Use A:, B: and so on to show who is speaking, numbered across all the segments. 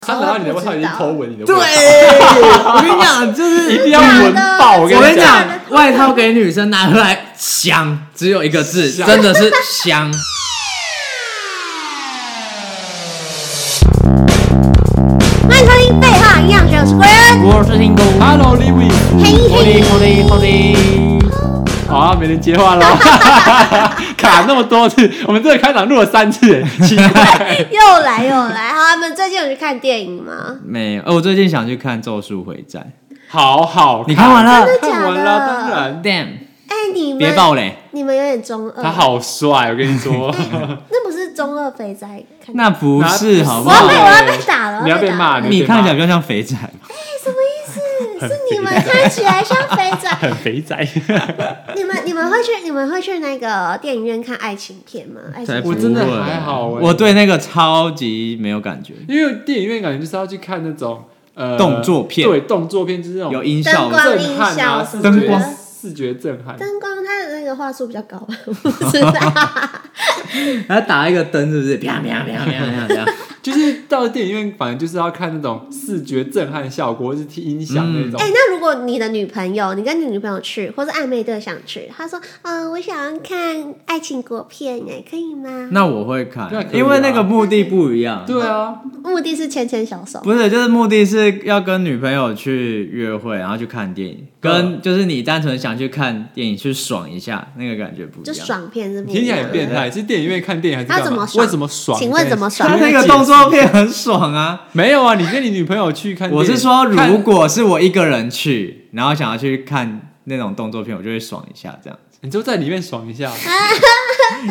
A: 他拿到你的外套已经偷闻你的
B: 对，
A: 味道，
B: 我跟你讲，就 是
C: 一定要闻爆！我
B: 我跟
C: 跟
B: 你
C: 你讲，
B: 讲，外套给女生拿回来香，只有一个字，
A: 香
B: 真的是香。
D: 欢迎收听《废话营养学》，我是龟恩。
C: 我是听狗，Hello Liwi，
D: 嘿
C: 好的好
D: 嘿，
C: 的好的，好啊，没人接话喽， 卡那么多次，我们这个开场录了三次，奇怪，
D: 又来又来。好，他们最近有去看电影吗？
B: 没有，呃我最近想去看《咒术回战
C: 好好，
B: 你看完了
D: 真的假
C: 啊看
D: 的
C: 完了，当然》，
B: ，damn，
D: 哎、你们
B: 别爆嘞！
D: 你们有点中二。哎
C: 他，好帅，我跟你 说，
D: 那不是中二肥宅看的。
B: 那不是好不
D: 我要
B: 好
D: 被？我要被打了，
C: 你要被骂，
D: 你
B: 你看起来比
C: 来
B: 较像肥仔，
D: 什么意思？是你们看起来像肥宅？
C: 很肥仔，
D: 你们你们会去你们会去那个电影院看爱情片吗？爱情
B: 才
D: 片
B: 不
C: 我
B: 会
C: 真的还好欸
B: 我对那个超级没有感觉，
C: 因为电影院感觉就是要去看那种呃
B: 动作片
C: 对，动作片就是那种
B: 有音效
D: 灯光
C: 震撼啊，
D: 音效
C: 视
B: 灯
C: 觉
B: 光
C: 视觉震撼，
D: 灯光它的那个话术比较高吧，我不知道。
B: 然后打一个灯是不是？啪啪啪啪啪这 样，
C: 就是到电影院，反正就是要看那种视觉震撼效果，或是听音响那种。
D: 哎、那如果你的女朋友，你跟你女朋友去，或是暧昧对象去，她说：“嗯，我想要看爱情国片，哎，可以吗
B: 那我会看
C: 那可以，啊
B: 因为那个目的不一样。
C: 对啊，？”
D: 目的是牵牵小手。
B: 不是，就是目的是要跟女朋友去约会，然后去看电影，
C: 嗯
B: 跟就是你单纯想去看电影去爽一下，那个感觉不一
D: 就
B: 样。
D: 爽片是不
C: 你
D: 一
C: 听起来
D: 样
C: 很
D: 的。
C: 变态。是电影院看电影还是
D: 那
C: 干
D: 怎
C: 嘛
D: 么？爽
C: 为什么爽？
D: 请问怎么爽
B: 他
C: 对
B: 那个动作片很爽啊！
C: 没有啊？你跟你女朋友去看电
B: 我
C: 影，
B: 是说，
C: 看
B: 如果是我一个人去，然后想要去看那种动作片，我就会爽一下这样。
C: 你就在里面爽一下，
B: 啊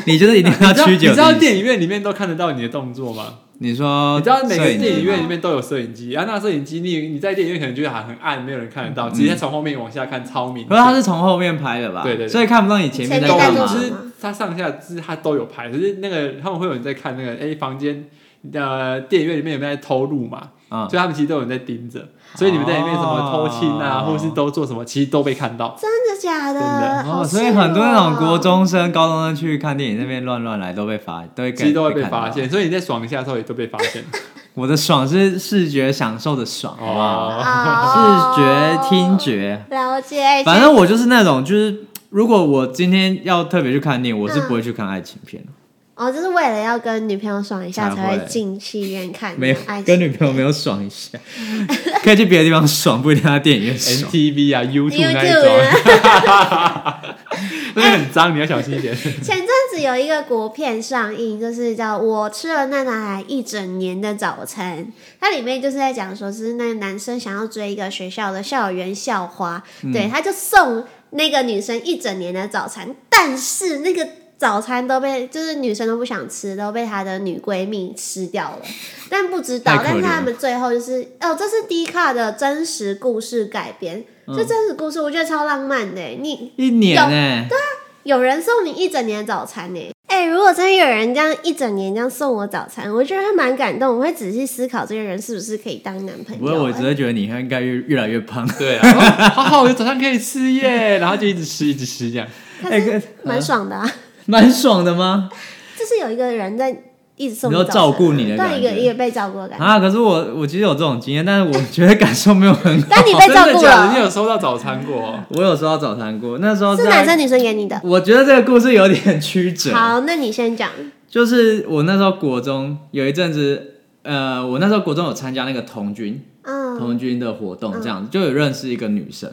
B: 你就是一定要
C: 你知道
B: 曲
C: 你
B: 解我
C: 知道
B: 自己。
C: 电影院里面都看得到你的动作吗？
B: 你说，
C: 你知道每个
B: 哦摄影
C: 电影
B: 机
C: 院里面都有摄影机，啊然后那摄影机你你在电影院可能觉得还很暗，没有人看得到，直接从后面往下看超明
B: 吗，嗯可是他是从后面拍的吧？
C: 对对对
B: 所以看不到你前面在
D: 前面
B: 干
D: 在
B: 嘛
D: 做。
C: 就
D: 什
C: 是他上下就是他都有拍，可是那个他们会有人在看那个哎房间呃电影院里面有没有在偷录嘛，
B: 嗯
C: 所以他们其实都有人在盯着，所以你们在里面什么偷亲啊，
B: 哦
C: 或是都做什么，其实都被看到。
D: 真的假的？
C: 真的
D: 好
B: 哦所以
D: 赤裸
B: 很多那种国，中生、高中生去看电影那边乱乱来，都被发，都会
C: 其实都会被
B: 看到
C: 发现，所以你在爽一下的时候也都被发现。
B: 我的爽是视觉享受的爽，好不好？
C: 哦，
D: 哦
B: 视觉、听，觉，
D: 了解。哎
B: 反正我就是那种，就是如果我今天要特别去看电影，我是
D: 嗯
B: 不会去看爱情片的，
D: 哦，就是为了要跟女朋友爽一下，
B: 才
D: 才
B: 会
D: 会进戏院看
B: 没有
D: 爱情
B: 跟女朋友没有爽一下， 可以去别的地方爽，不一定要电影 院爽。
C: MTV 啊，YouTube 那一
D: YouTube 啊
C: 种， 那个很脏，你要小心一点。
D: 前阵子有一个国片上映，就是叫《我吃了那男孩一整年的早餐》，它里面就是在讲说，是那个男生想要追一个学校的校园校花，
B: 嗯
D: 对，他就送那个女生一整年的早餐，但是那个。早餐都被就是女生都不想吃，都被她的女闺蜜吃掉 了，但不知道
B: 太，可怜
D: 但是他
B: 了
D: 们最后就是哦，这是 D 卡的真实故事改编，
B: 嗯
D: 这真实故事我觉得超浪漫的。欸你
B: 一年呢、
D: 有人送你一整年的早餐呢、哎、如果真的有人这样一整年这样送我早餐，我觉得还蛮感动。我会仔细思考这个人是不是可以当男朋
B: 不会，我
D: 友、
B: 只
D: 欸。
B: 会觉得你应该越越来越胖。
C: 对啊，哦 好好，我早上可以吃耶，然后就一直吃，一直吃这样。
B: 哎、可
D: 蛮爽 的啊！
B: 蛮爽的吗？
D: 就是有一个人在一直送
B: 你说
D: 早餐啊
B: 照顾你的感觉
D: 对一个一个被照顾的感觉。
B: 啊，可是我我其实有这种经验，但是我觉得感受没有很好。
D: 但你被
C: 真
D: 照
C: 的
D: 顾
B: 哦
C: 假的？你
D: 了，
C: 有收到早餐过？
B: 我有收到早餐过，那时候
D: 是
B: 在
D: 男生女生给你的。
B: 我觉得这个故事有点曲折。
D: 好，那你先讲。
B: 就是我那时候国中有一阵子，呃，我那时候国中有参加那个童军
D: 嗯，
B: 童军的活动，这样子就有认识一个女生，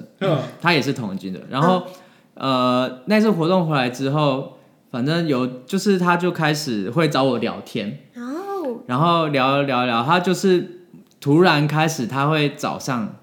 B: 她也是童军的。然后，
D: 嗯
B: 呃，那次活动回来之后，反正有就是她就开始会找我聊天，
D: 哦，
B: 然后聊聊聊，她就是突然开始，她会早上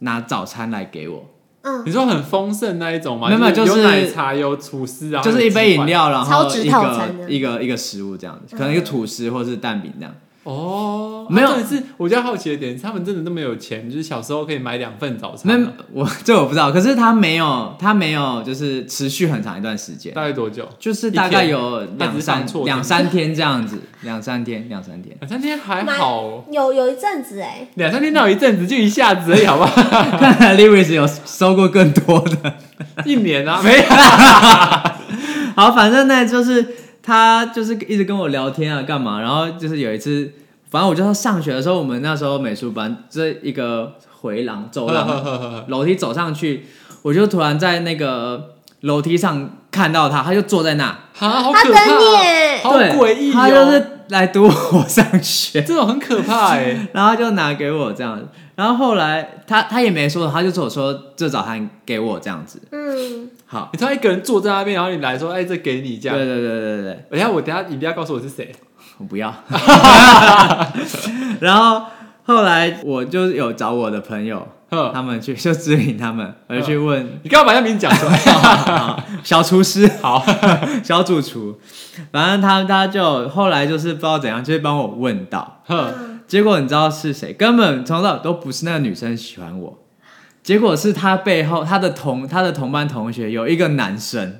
B: 拿早餐来给我，
D: 嗯，
C: 你说很丰盛那一种吗？
B: 没有没有
C: 有
B: 就是
C: 奶茶，有吐司啊，
B: 就是一杯饮料，然后
D: 超值
B: 一
D: 套餐
B: 个
D: 的嗯
B: 一个一个食物这样子，可能一个吐司或是蛋饼这样。
C: 哦，
B: 没有
C: 啊重点是我比较好奇的点是，他们真的那么有钱，就是小时候可以买两份早餐啊
B: 那
C: 吗，
B: 我 这我不知道，可是他没有，他没有，就是持续很长一段时间，
C: 大概多久？
B: 就是大概
C: 一天
B: 有
C: 他
B: 两
C: 只是放
B: 三
C: 错
B: 两
C: 天
B: 三天这 样子，两三天，两三天。
C: 两三天还好哦，
D: 有有一阵子哎、
C: 两三天到一阵子就一下子而已，好不 好？
B: 看来 Lewis 有收过更多的。
C: 一年啊， 没有，
B: 好，反正呢，就是他就是一直跟我聊天啊，干嘛？然后就是有一次，反正我就说上学的时候，我们那时候美术班这一个回廊走廊楼梯走上去，我就突然在那个楼梯上看到他，他就坐在那，
C: 啊，好
D: 他
C: 可
D: 等
C: 怕哦，
D: 你，
C: 好
B: 对
C: 诡异
B: 他就
C: 哦，
B: 是来堵我上学，
C: 这种很可怕 哎，
B: 然后他就拿给我这样子， 然后后来他他也没说，他就说说这早餐给我这样子，
D: 嗯，
B: 好，
C: 你突然一个人坐在那边，然后你来说，哎，这给你这
B: 对
C: 样，
B: 对对对对，
C: 等一下我等一下你不要告诉我是谁，
B: 我不 要，然后后来我就有找我的朋友，
C: 哼，
B: 他们去就指引他们，我就去问
C: 你刚刚把那名字讲出来，
B: 小厨师，
C: 好，
B: 小主厨，反正他他就后来就是不知道怎样，就是帮我问到，
C: 哼，
B: 结果你知道是谁？根本从头到尾都不是那个女生喜欢我，结果是他背后他的同他的同班同学有一个男生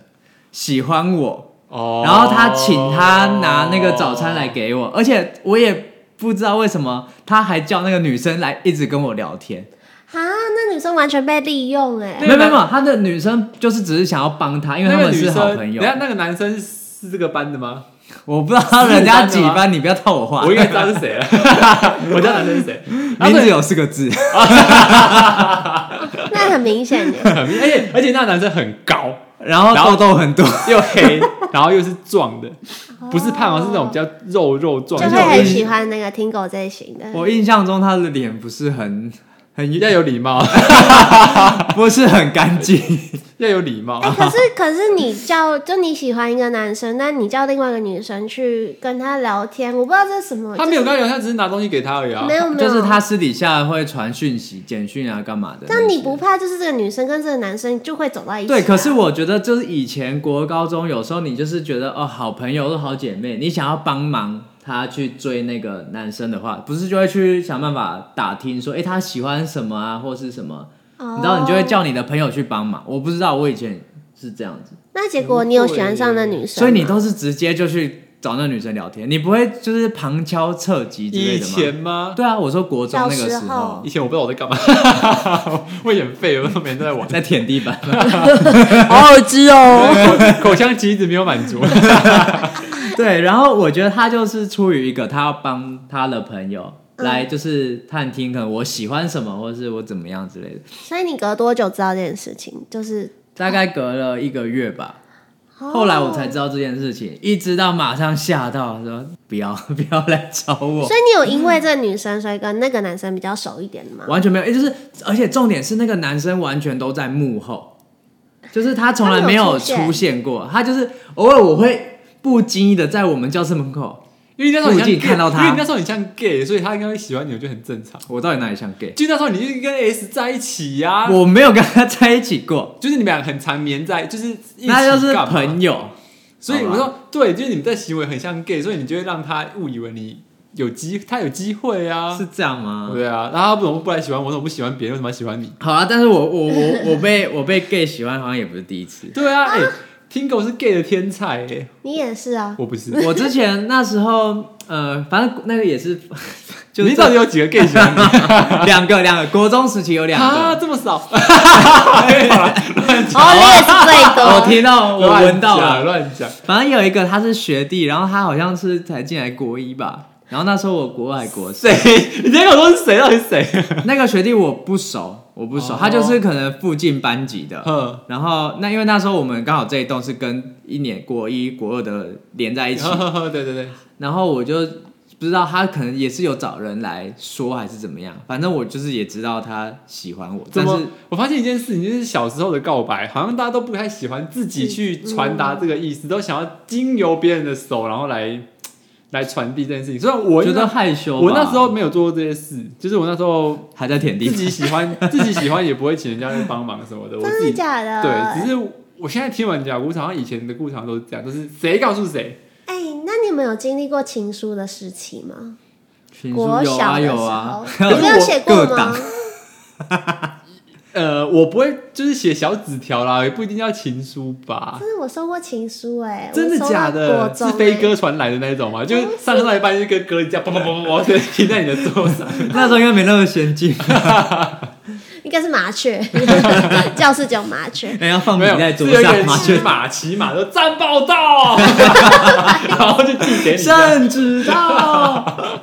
B: 喜欢我，
C: 哦，
B: 然后他请他拿那个早餐来给我，而且我也不知道为什么他还叫那个女生来一直跟我聊天。
D: 啊，那女生完全被利用哎、
C: 那
B: 没有没有没有，他的女生就是只是想要帮他，因为他
C: 那个
B: 们
C: 女
B: 是
C: 生，
B: 好朋
C: 等
B: 友
C: 一。下那个男生是这个班的吗？
B: 我不知道人家几班，你不要套我话。
C: 我应 该知道是谁了， 我知道男生是谁。
B: 名字有四 个字，
D: 那很明显哎、
C: 而且而且那个男生很高，
B: 然后
C: 然后
B: 痘痘很多，
C: 又 黑，然后又是壮的，不是胖，而是那种比较肉肉壮，
D: 就
C: 的
D: 会
C: 那种
D: 很喜欢那个听狗这一型的。
B: 我印象中他的脸不是很很
C: 要有礼貌，
B: 不是很干 净。
C: 要有礼貌
D: 哎、。可是可是你叫就你喜欢一个男生，那你叫另外一个女生去跟他聊天，我不知道这是什么。
C: 他没有跟他聊，他只是拿东西给他而已啊
D: 没。有没有，
B: 就是他。私底下会传讯息、简讯啊，干嘛的那些？
D: 但你不怕，就是这个女生跟这个男生就会走到一起啊、
B: 对，可是我觉得就是以前国高中有时候你就是觉得哦，好朋友或好姐妹，你想要帮忙她去追那个男生的话，不是就会去想办法打听说，哎、她喜欢什么啊，或是什么，
D: 哦
B: 你知道，你就会。叫你的朋友去帮忙。我不知道，我以前是这样子。
D: 那结果你有喜欢上那女生
B: 所
D: 吗，
B: 以你都是直接就去找那女生聊天，你不会就是旁敲侧击之类
C: 以
B: 的吗？
C: 前吗？
B: 对啊啊，我说国中那
D: 小
B: 个
D: 时
B: 时
D: 候
B: 候
C: 以前我不知道我在干嘛， 我也很废，我都每天都在玩。
B: 在舔地板，
D: 好好吃哦。
C: 口腔期一直没有满足，
B: 对。然后我觉得他就是出于一个他要帮他的朋友来就是探听，可能我喜欢什么，或是我怎么样之类的。
D: 所以你隔多久知道这件事情？就是
B: 大概隔了一个月吧，后来我才知道这件事情，一知道马上吓到说不要 不要来找我，
D: 所以你有因为这个女生，所以跟那个男生比较熟一点吗？
B: 完全没有，也就是而且重点是那个男生完全都在幕后，就是他从来没有出现过，他就是偶尔我会不经意的在我们教室门口，
C: 因为那时候你
B: 附近
C: 像 gay，
B: 看到他
C: 因为那时候你像 gay，所以他应该会喜欢你，我觉得很正常。
B: 我到底哪里像 gay？
C: 就那时候你就是跟 S 在一起呀、
B: 我没有跟他在一起过，
C: 就是你们俩很常黏在，就是一起
B: 那就是
C: 干嘛
B: 朋友，啊
C: 所以
B: 好吧
C: 我说，对，就是你们在行为很像 gay，所以你就会让他误以为你有机，他有机会啊，
B: 是这样吗？
C: 对啊。然后他不怎么不来喜欢我，为什么不喜欢别人，为什么要喜欢你？
B: 好啊，但是我我我我被我被 gay 喜欢好像也不是第一 次。
C: 对啊，哎、听狗是 gay 的天才哎、
D: 你也是 啊，
C: 我不是。
B: 我之前那时候，呃，反正那个也是， 就是
C: 你到底有几个 gay 喜欢你
B: 两个两个，国中时期有 两
C: 啊？
B: 个，
C: 这么少？
D: 哦，你也是最
B: 我
D: 多。
B: 听到我闻到了
C: 了，，乱讲。
B: 反正有一个他是学弟，然后他好像是才进来国一吧，然后那时候我国外国 三，
C: 谁？你今天跟我说是谁？到底是 谁？
B: 那个学弟我不熟，我不熟，
C: 哦
B: 他就是可能附近班级的。
C: 嗯，
B: 然后那因为那时候我们刚好这一栋是跟一年国一国二的连在一起，
C: 对对对，
B: 然后我就不知道他可能也是有找人来说还是怎么样，反正我就是也知道他喜欢我，
C: 怎
B: 但
C: 么
B: 是？
C: 我发现一件事情，就是小时候的告白，好像大家都不太喜欢自己去传达这个意思，都想要经由别人的手，然后来来传递这件事情。虽然我
B: 觉得害羞 吧。
C: 我那时候没有做过这些事，就是我那时候
B: 还在舔地
C: 自
B: 板，
C: 己喜 欢自己喜欢，也不会请人家去帮忙什么的。我
D: 真
C: 自
D: 的
C: 己
D: 假的？
C: 对，只是我现在听完讲故事，好像以前的故事好像都是这样，就是谁告诉谁，
D: 哎、那你们有经历过情书的时期吗？
B: 群书
D: 国
B: 有
D: 小
B: 啊
D: 的时
B: 有
D: 候，
B: 啊，
D: 你 没有写过
B: 各
D: 吗
B: 档？
C: 呃，我不会就是写小纸条啦，也不一定要情书吧。
D: 真的，我收过情书哎、我
C: 真的
D: 收到
C: 假
D: 国
C: 的？是
D: 中
C: 飞
D: 哎
C: 鸽传来的那一种吗？就是上课到一半，一个鸽子这样砰砰砰砰砰，对，停在你的桌上。
B: 那时候应该没那么先进，
D: 哎应该是麻雀， 教室只有麻雀。
B: 人家哎放
C: 没
B: 笔
C: 有，
B: 在
C: 是
B: 桌
C: 有一个
B: 上
C: 人
B: 嘛，
C: 骑
B: 就
C: 马，骑马说战报
D: 啊
C: 到，然后就递给你这样。
B: 甚至到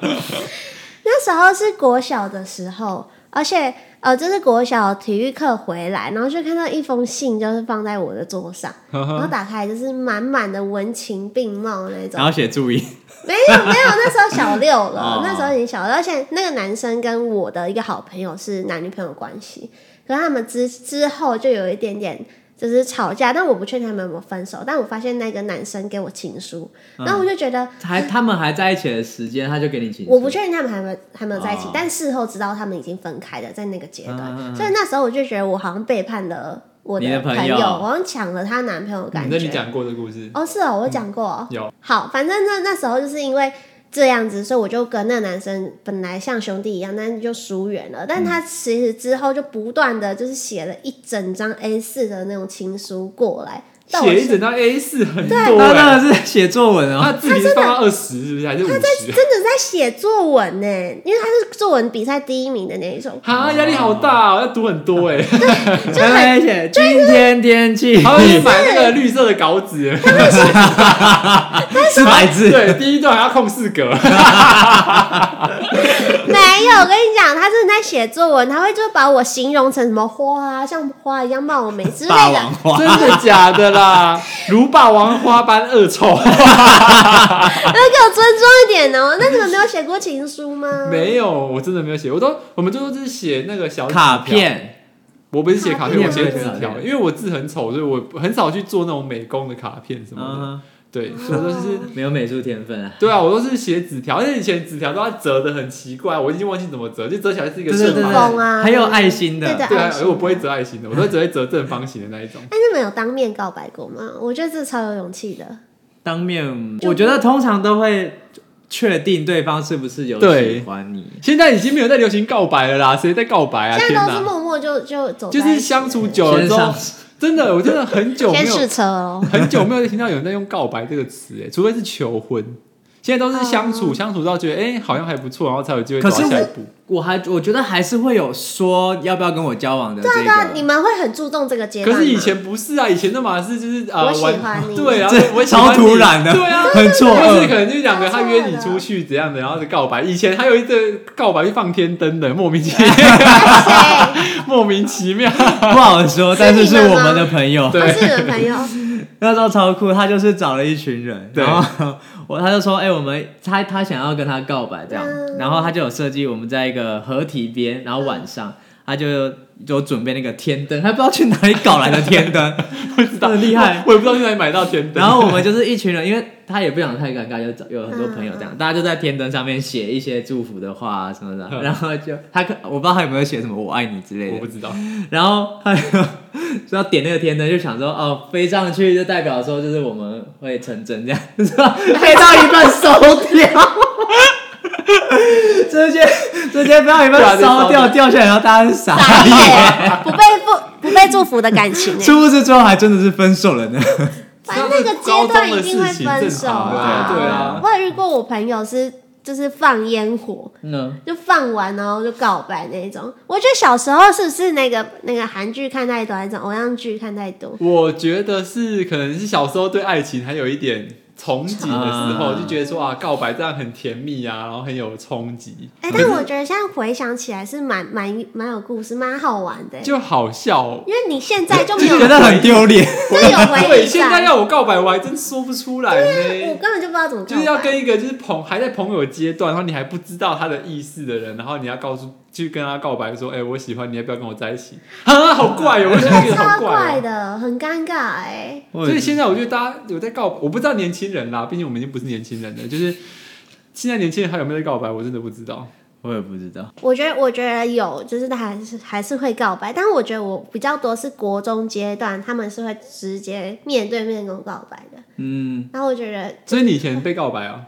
D: 那时候是国小的时候，而且呃，就是国小体育课回来，然后就看到一封信，就是放在我的 桌上，然后打开就是满满的文情并茂那种
B: 然。后写注意，
D: 没有没有，那时候小六了
B: 哦，
D: 那时候已经小六，而且那个男生跟我的一个好朋友是男女朋友关系，可是他们之之后就有一点点就是吵架，但我不确定他们有没有分手，但我发现那个男生给我情书，
B: 嗯
D: 然后我就觉得。
B: 还他们还在一起的时间，他就给你请。
D: 我不确定他们还没有还没有在一起，
B: 哦
D: 但事后知道他们已经分开了，在那个阶段，
B: 嗯嗯嗯
D: 所以那时候我就觉得我好像背叛了我
B: 你的朋
D: 朋
B: 友
D: 我好像抢了她男朋友的感
C: 你
D: 觉。
C: 跟你讲过这故事，
D: 哦，是哦，我讲过、哦
C: 嗯有
D: 好，反正那那时候就是因为这样子，所以我就跟那男生本来像兄弟一样，但是就疏远了。但
C: 嗯
D: 他其实之后就不断的就是写了一整张 A 四的那种情书过来，到我
C: 写一
D: 现
C: 整张 A 四很多、
B: 他
C: 欸，
B: 那个是写作文哦，
C: 他
D: 啊
C: 字体是放到二十是不是还是五十？，
D: 真的在写作文呢，因为他是作文比赛第一名的那一种
C: 哈，压力好大、哦，要读很多 哎、欸，
B: 他在写今天天气
C: 还会买那个绿色的稿纸，
B: 四百字，
C: 对，第一段还要空四格，
D: 没有，我跟你讲，他真的在写作文，他会就把我形容成什么花啊，像花一样貌美之类
B: 霸
D: 的
B: 王，花，
C: 真的假的啦？如霸王花般恶臭，
D: 要给我尊重一点哦。那你们没有写过情书吗？
C: 没有，我真的没有写，我都我们最多就是写那个小纸条
B: 卡，片，
C: 我不是写卡
D: 卡片
C: 片，我写纸
B: 卡
C: 条，
B: 片
C: 因为我字很丑，所以我很少去做那种美工的卡片什么的，
B: 嗯，
C: 对，所以我都是。
B: 没有美术天分啊，
C: 对啊，我都是写纸条，而且以前纸条都要折的很奇怪，我已经忘记怎么折，就折起来是一个
B: 对对
C: 正
B: 对
C: 方
D: 信封啊
B: 对，很有爱心
D: 对
B: 的
D: 的，
C: 对啊
D: 爱，心
C: 我不会折爱心的，我都只会折正方形的那一种。
D: 但是没有当面告白过吗？我觉得这超有勇气的。
B: 当面，我觉得通常都会确定对方是不是有
C: 对
B: 喜欢你，
C: 现在已经没有在流行告白了啦，谁在告白啊？
D: 现
C: 天
D: 在都是
C: 哪！
D: 默默就就走
C: 就
D: 在一起了，
C: 是相处久了
B: 先
C: 之后
B: 上，
C: 真的，我真的很久没
D: 先试
C: 有。
D: 车哦
C: 很久没有听到有人在用告白这个词，哎，除非是求婚。现在都是相
D: 哦
C: 处，相处到觉得哎、好像还不错，然后才有机会走
B: 可是
C: 到下一
B: 我
C: 步。
B: 我还我觉得还是会有说要不要跟我交往的这
D: 对啊，你
B: 个，
D: 们会很注重这个阶
C: 可
D: 段吗。
C: 是以前不是啊，以前的嘛是就是啊，
D: 我喜
C: 玩
D: 欢你
C: 对啊，我喜
B: 超
C: 欢你
B: 突然的，
C: 对啊，
B: 很错
C: 就是
B: 愕
C: 可。能就两个他约你出去怎样的，然后就告白。以前还有一个告白去放天灯的，莫名 其妙，
D: 谁？
C: 莫名其妙。
B: 不好说，但是
D: 是
B: 是
D: 你们
B: 我
D: 吗
B: 们的朋友。
D: 我
C: 对
D: 是你们朋友，
B: 那时候超酷，他就是找了一群人，
C: 对
B: 然后我他就说，哎、我们他他想要跟他告白这样，
D: 嗯
B: 然后他就有设计我们在一个河堤边，然后晚上他就有准备那个天灯，他不知道去哪里搞来的天灯，
C: 不知道
B: 真 的厉害
C: 我也不知道去哪里买到天灯。
B: 然后我们就是一群人，因为他也不想太尴尬，就找有很多朋友这
C: 嗯
B: 样，大家就在天灯上面写一些祝福的话啊什么的，
C: 嗯
B: 然后就他可我不知道他有没有写什么我爱你之类
C: 我
B: 的
C: 不，知道，
B: 然后他就说要点那个天灯，就想说哦，飞上去就代表说就是我们会成真这样， 就是说飞到一半 烧掉，直接直接飞到一半
C: 对啊
B: 烧
C: 就烧掉
B: 掉掉下来，然后大家就傻
D: 傻
B: 眼。
D: 眼，不被不不被祝福的感情欸。
B: 殊不知最后还真的是分手了呢。
D: 反正那个阶段一定会分手
C: 啊
D: 啊。
C: 对啊，
D: 我有遇过我朋友是就是放烟火，
B: 嗯，
D: 就放完然后就告白那一种。我觉得小时候是不是那个那个韩剧看太多，还是偶像剧看太多？
C: 我觉得是可能是小时候对爱情还有一点憧憬的时候，
B: 啊
C: 就觉得说啊，告白这样很甜蜜啊，然后很有冲击，
D: 哎、但我觉得现在回想起来是蛮蛮蛮有故事，蛮好玩的欸。
C: 就好笑。哦
D: 因为你现在就没有，
B: 觉得很丢脸。
D: 真的有回
C: 对，
D: 忆
C: 现在
D: 在。
C: 要我告白，我还真说不出来
D: 我
C: 呢。
D: 根本就不知道怎么告白，
C: 就是要跟一个就是朋还在朋友阶段，然后你还不知道他的意思的人，然后你要告诉去跟他告白说，哎、我喜欢你，要不要跟我在一起？啊，好怪哦，我觉得这个
D: 超
C: 好怪哦
D: 怪的，很尴尬哎、
C: 所以现在我觉得大家有在告，我不知道年轻人啦，毕竟我们已经不是年轻人了，就是现在年轻人还有没有在告白，我真的不知道。
B: 我也不知道，
D: 我觉得，我觉得有，就是他还是还是会告白，但我觉得我比较多是国中阶段，他们是会直接面对面跟我告白的。
B: 嗯，
D: 然后我觉得
C: 所以你以前被告白啊？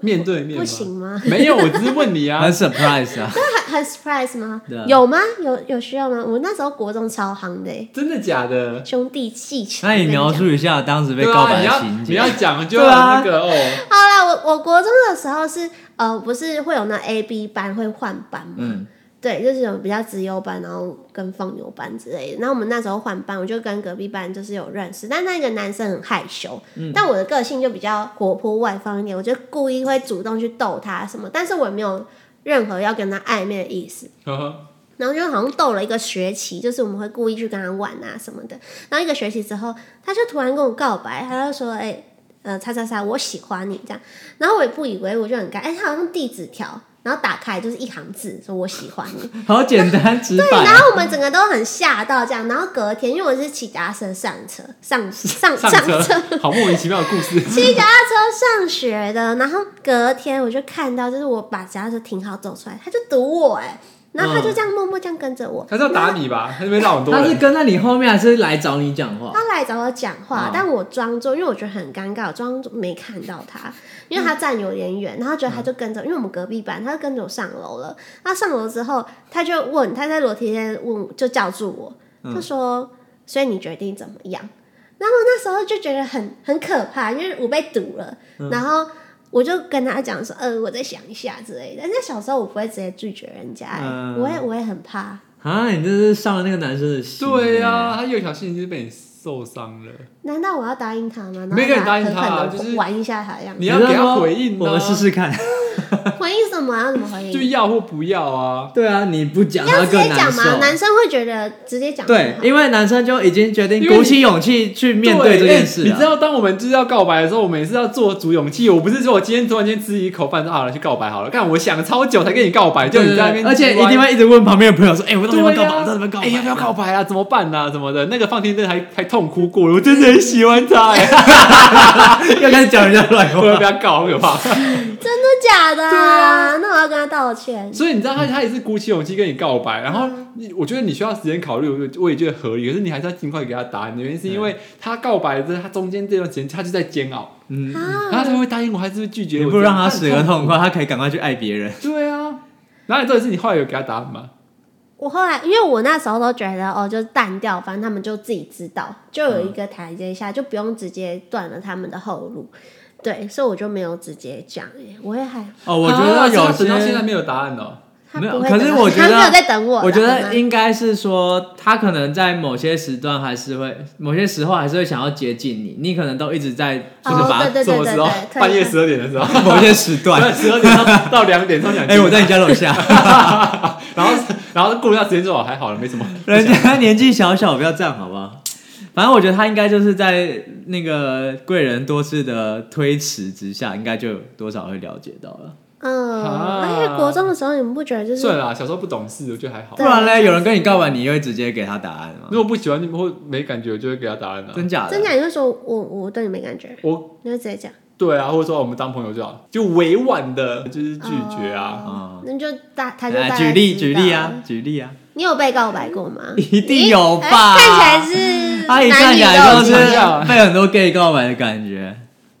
C: 面对面吗
D: 不行吗？
C: 没有，我只是问你啊
B: 嗯很。surprise 啊。
D: 很很 surprise 吗
B: 对啊？
D: 有吗？有有需要吗？我那时候国中超夯的欸、
C: 真的假的？
D: 兄弟气情。
B: 那你描
D: 我跟
B: 述一下当时被
C: 对
B: 告白的
C: 啊，
B: 情
C: 你
B: 节啊
C: 要你要讲就要那个、哦，
D: 讲好啦，我我国中的时候是呃，不是会有那 A B 班会换班吗？
B: 嗯，
D: 对，就是有比较直优班，然后跟放牛班之类的。然后我们那时候换班，我就跟隔壁班就是有认识，但那个男生很害羞，但我的个性就比较活泼外放一点，我就故意会主动去逗他什么，但是我也没有任何要跟他暧昧的意思。
C: 呵呵，
D: 然后就好像斗了一个学期，就是我们会故意去跟他玩啊什么的。然后一个学期之后，他就突然跟我告白，他就说：“哎、呃，叉叉叉，我喜欢你。”这样，然后我也不以为，我就很尴尬。哎、他好像递纸条，然后打开就是一行字，说我喜欢你。
B: 好简单直白
D: 然
B: 啊。
D: 后我们整个都很吓到这样。然后隔天，因为我是骑脚踏车上车，上上
C: 上
D: 上车，
C: 车，好莫名其妙的故事。
D: 骑脚踏车上学的，然后隔天我就看到，就是我把脚踏车停好走出来，他就堵我哎、然后他就这样默默这样跟着我，
C: 他是要打你吧？他那边让很多
B: 他是
C: 人，
B: 跟在你后面，还是来找你讲
C: 哦
B: 话？
D: 他来找我讲话，
B: 哦
D: 但我装作，因为我觉得很尴尬，我装作没看到他，因为他站有点
C: 嗯
D: 远，然后觉得他就跟着，因为我们隔壁班，他就跟着我上楼了。那上楼之后，他就问，他在楼梯间问，就叫住
C: 嗯
D: 我，就说：“所以你决定怎么样？”然后那时候就觉得很很可怕，因为我被堵了，
C: 嗯
D: 然后。我就跟他讲说，呃，我再想一下之类的。但是小时候我不会直接拒绝人家、欸
B: 嗯
D: 我也我也很怕。
B: 啊，你这是上了那个男生的心。
C: 对啊呀、，他有一条线已经被你受伤了，
D: 难道我要答应他吗？然后
C: 没有
D: 把
C: 答应
D: 狠
C: 他啊
D: 狠地
C: 就是
D: 玩一下他这样。
C: 你要给他回应、啊。
B: 我们试，试看。
D: 回应什么啊？要怎么回
C: 就
D: 应？
C: 要或不要啊。
B: 对啊，你不讲
D: 要
B: 他
D: 直
B: 更
D: 接
B: 难
D: 讲吗？
B: 受。
D: 男生会觉得直接讲
B: 对，
D: 不好
B: 因为男生就已经决定
C: 因为
B: 鼓
C: 你
B: 起勇气去面对这件事啊
C: 哎你知
B: 了。
C: 道，当我们就是要告白的时候，我们也是要做足勇气。我不是说我今天突然间吃一口饭说啊，去告白好了。干，我想超久才跟你告白，就
B: 对
C: 你
B: 对
C: 在那
B: 对，
C: 边，
B: 而且一定。会一直问旁边的朋友说：“哎，我到底
C: 对
B: 要
C: 啊
B: 不要告白？我到底要不要告白？
C: 哎要不要告白啊？怎么办啊？什么的？那个放天真还 还痛哭过了，我真的很喜欢他、 哎
B: 要开始讲人家软
C: 我要
B: 话
C: 不。要告？好可 怕！
D: 真的假的啊？那我要跟他道歉。
C: 所以你知道他他也是鼓起勇气跟你告白，然后你我觉得你需要时间考虑，我我也觉得合理，可是你还是要尽快给他答案。原因是因为他告白之后，他中间这段时间他就在煎熬，”
B: 嗯，
C: 然后他
D: 啊，
C: 才会答应我，还是会拒绝
B: 你
C: 我。
B: 不让他
C: 这
B: 死
C: 样
B: 个
C: 很
B: 痛快，他可以赶快去爱别人。
C: 苦。对啊，然后你这是你后来有给他答案吗？
D: 我后来因为我那时候都觉得哦，就淡掉，反正他们就自己知
B: 嗯
D: 道，就有一个台阶下，就不用直接断了他们的后路。对，所以我就没有直接讲、哎，我也还
B: 哦，我觉得
C: 啊所以
B: 有
C: 他等到现在
B: 些，
C: 没有答案哦。
D: 他
B: 没有
D: 不会
B: 可
D: 等
B: 是
D: 到，
B: 我觉得
D: 他没有在等我啦。
B: 我觉
D: 好
B: 得
D: 吗
B: 应该是说，他可能在某些时段还是会，某些时候还是会想要接近你，你可能都一直在就是
D: 哦
B: 把
D: 对对
C: 什么时候
D: 对对？可以
C: 半夜十二点的时候，
B: 某些时 段。
C: 十二点到到两点，到两
B: 哎，
C: 点。
B: 我在你家楼下，
C: 然后然后过一段时间之后还好了，没什么。
B: 人家年纪小小，不要这样好不好？反正我觉得他应该就是在那个贵人多次的推迟之下，应该就多少会了解到了。
D: 嗯，
C: 啊
D: 而且国中的时候，你们不觉得就是
B: 啊
C: 算了啦，小时候不懂事，我觉得还好
B: 不
D: 对。
B: 然嘞，有人跟你告白，你会直接给他答案吗？
C: 如果不喜欢或没感觉，我就会给他答案的。
B: 真假的？
D: 真假？你就说我我对你没感觉，
C: 我
D: 你会直接讲。
C: 对啊，或者说我们当朋友就好，就委婉的，就是拒绝啊。
D: 哦，那就大他就大
B: 来
D: 概
B: 哎举例
D: 知
B: 举
D: 道
B: 例啊，，举例啊！？
D: 你有被告白过吗
B: 一定有
D: 哎
B: 吧
D: 看起来是
B: 他一
D: 男
B: 看
D: 女
B: 起来
D: 都
B: 就是是
C: 男女都有
B: 被很多 gay 告白的感觉。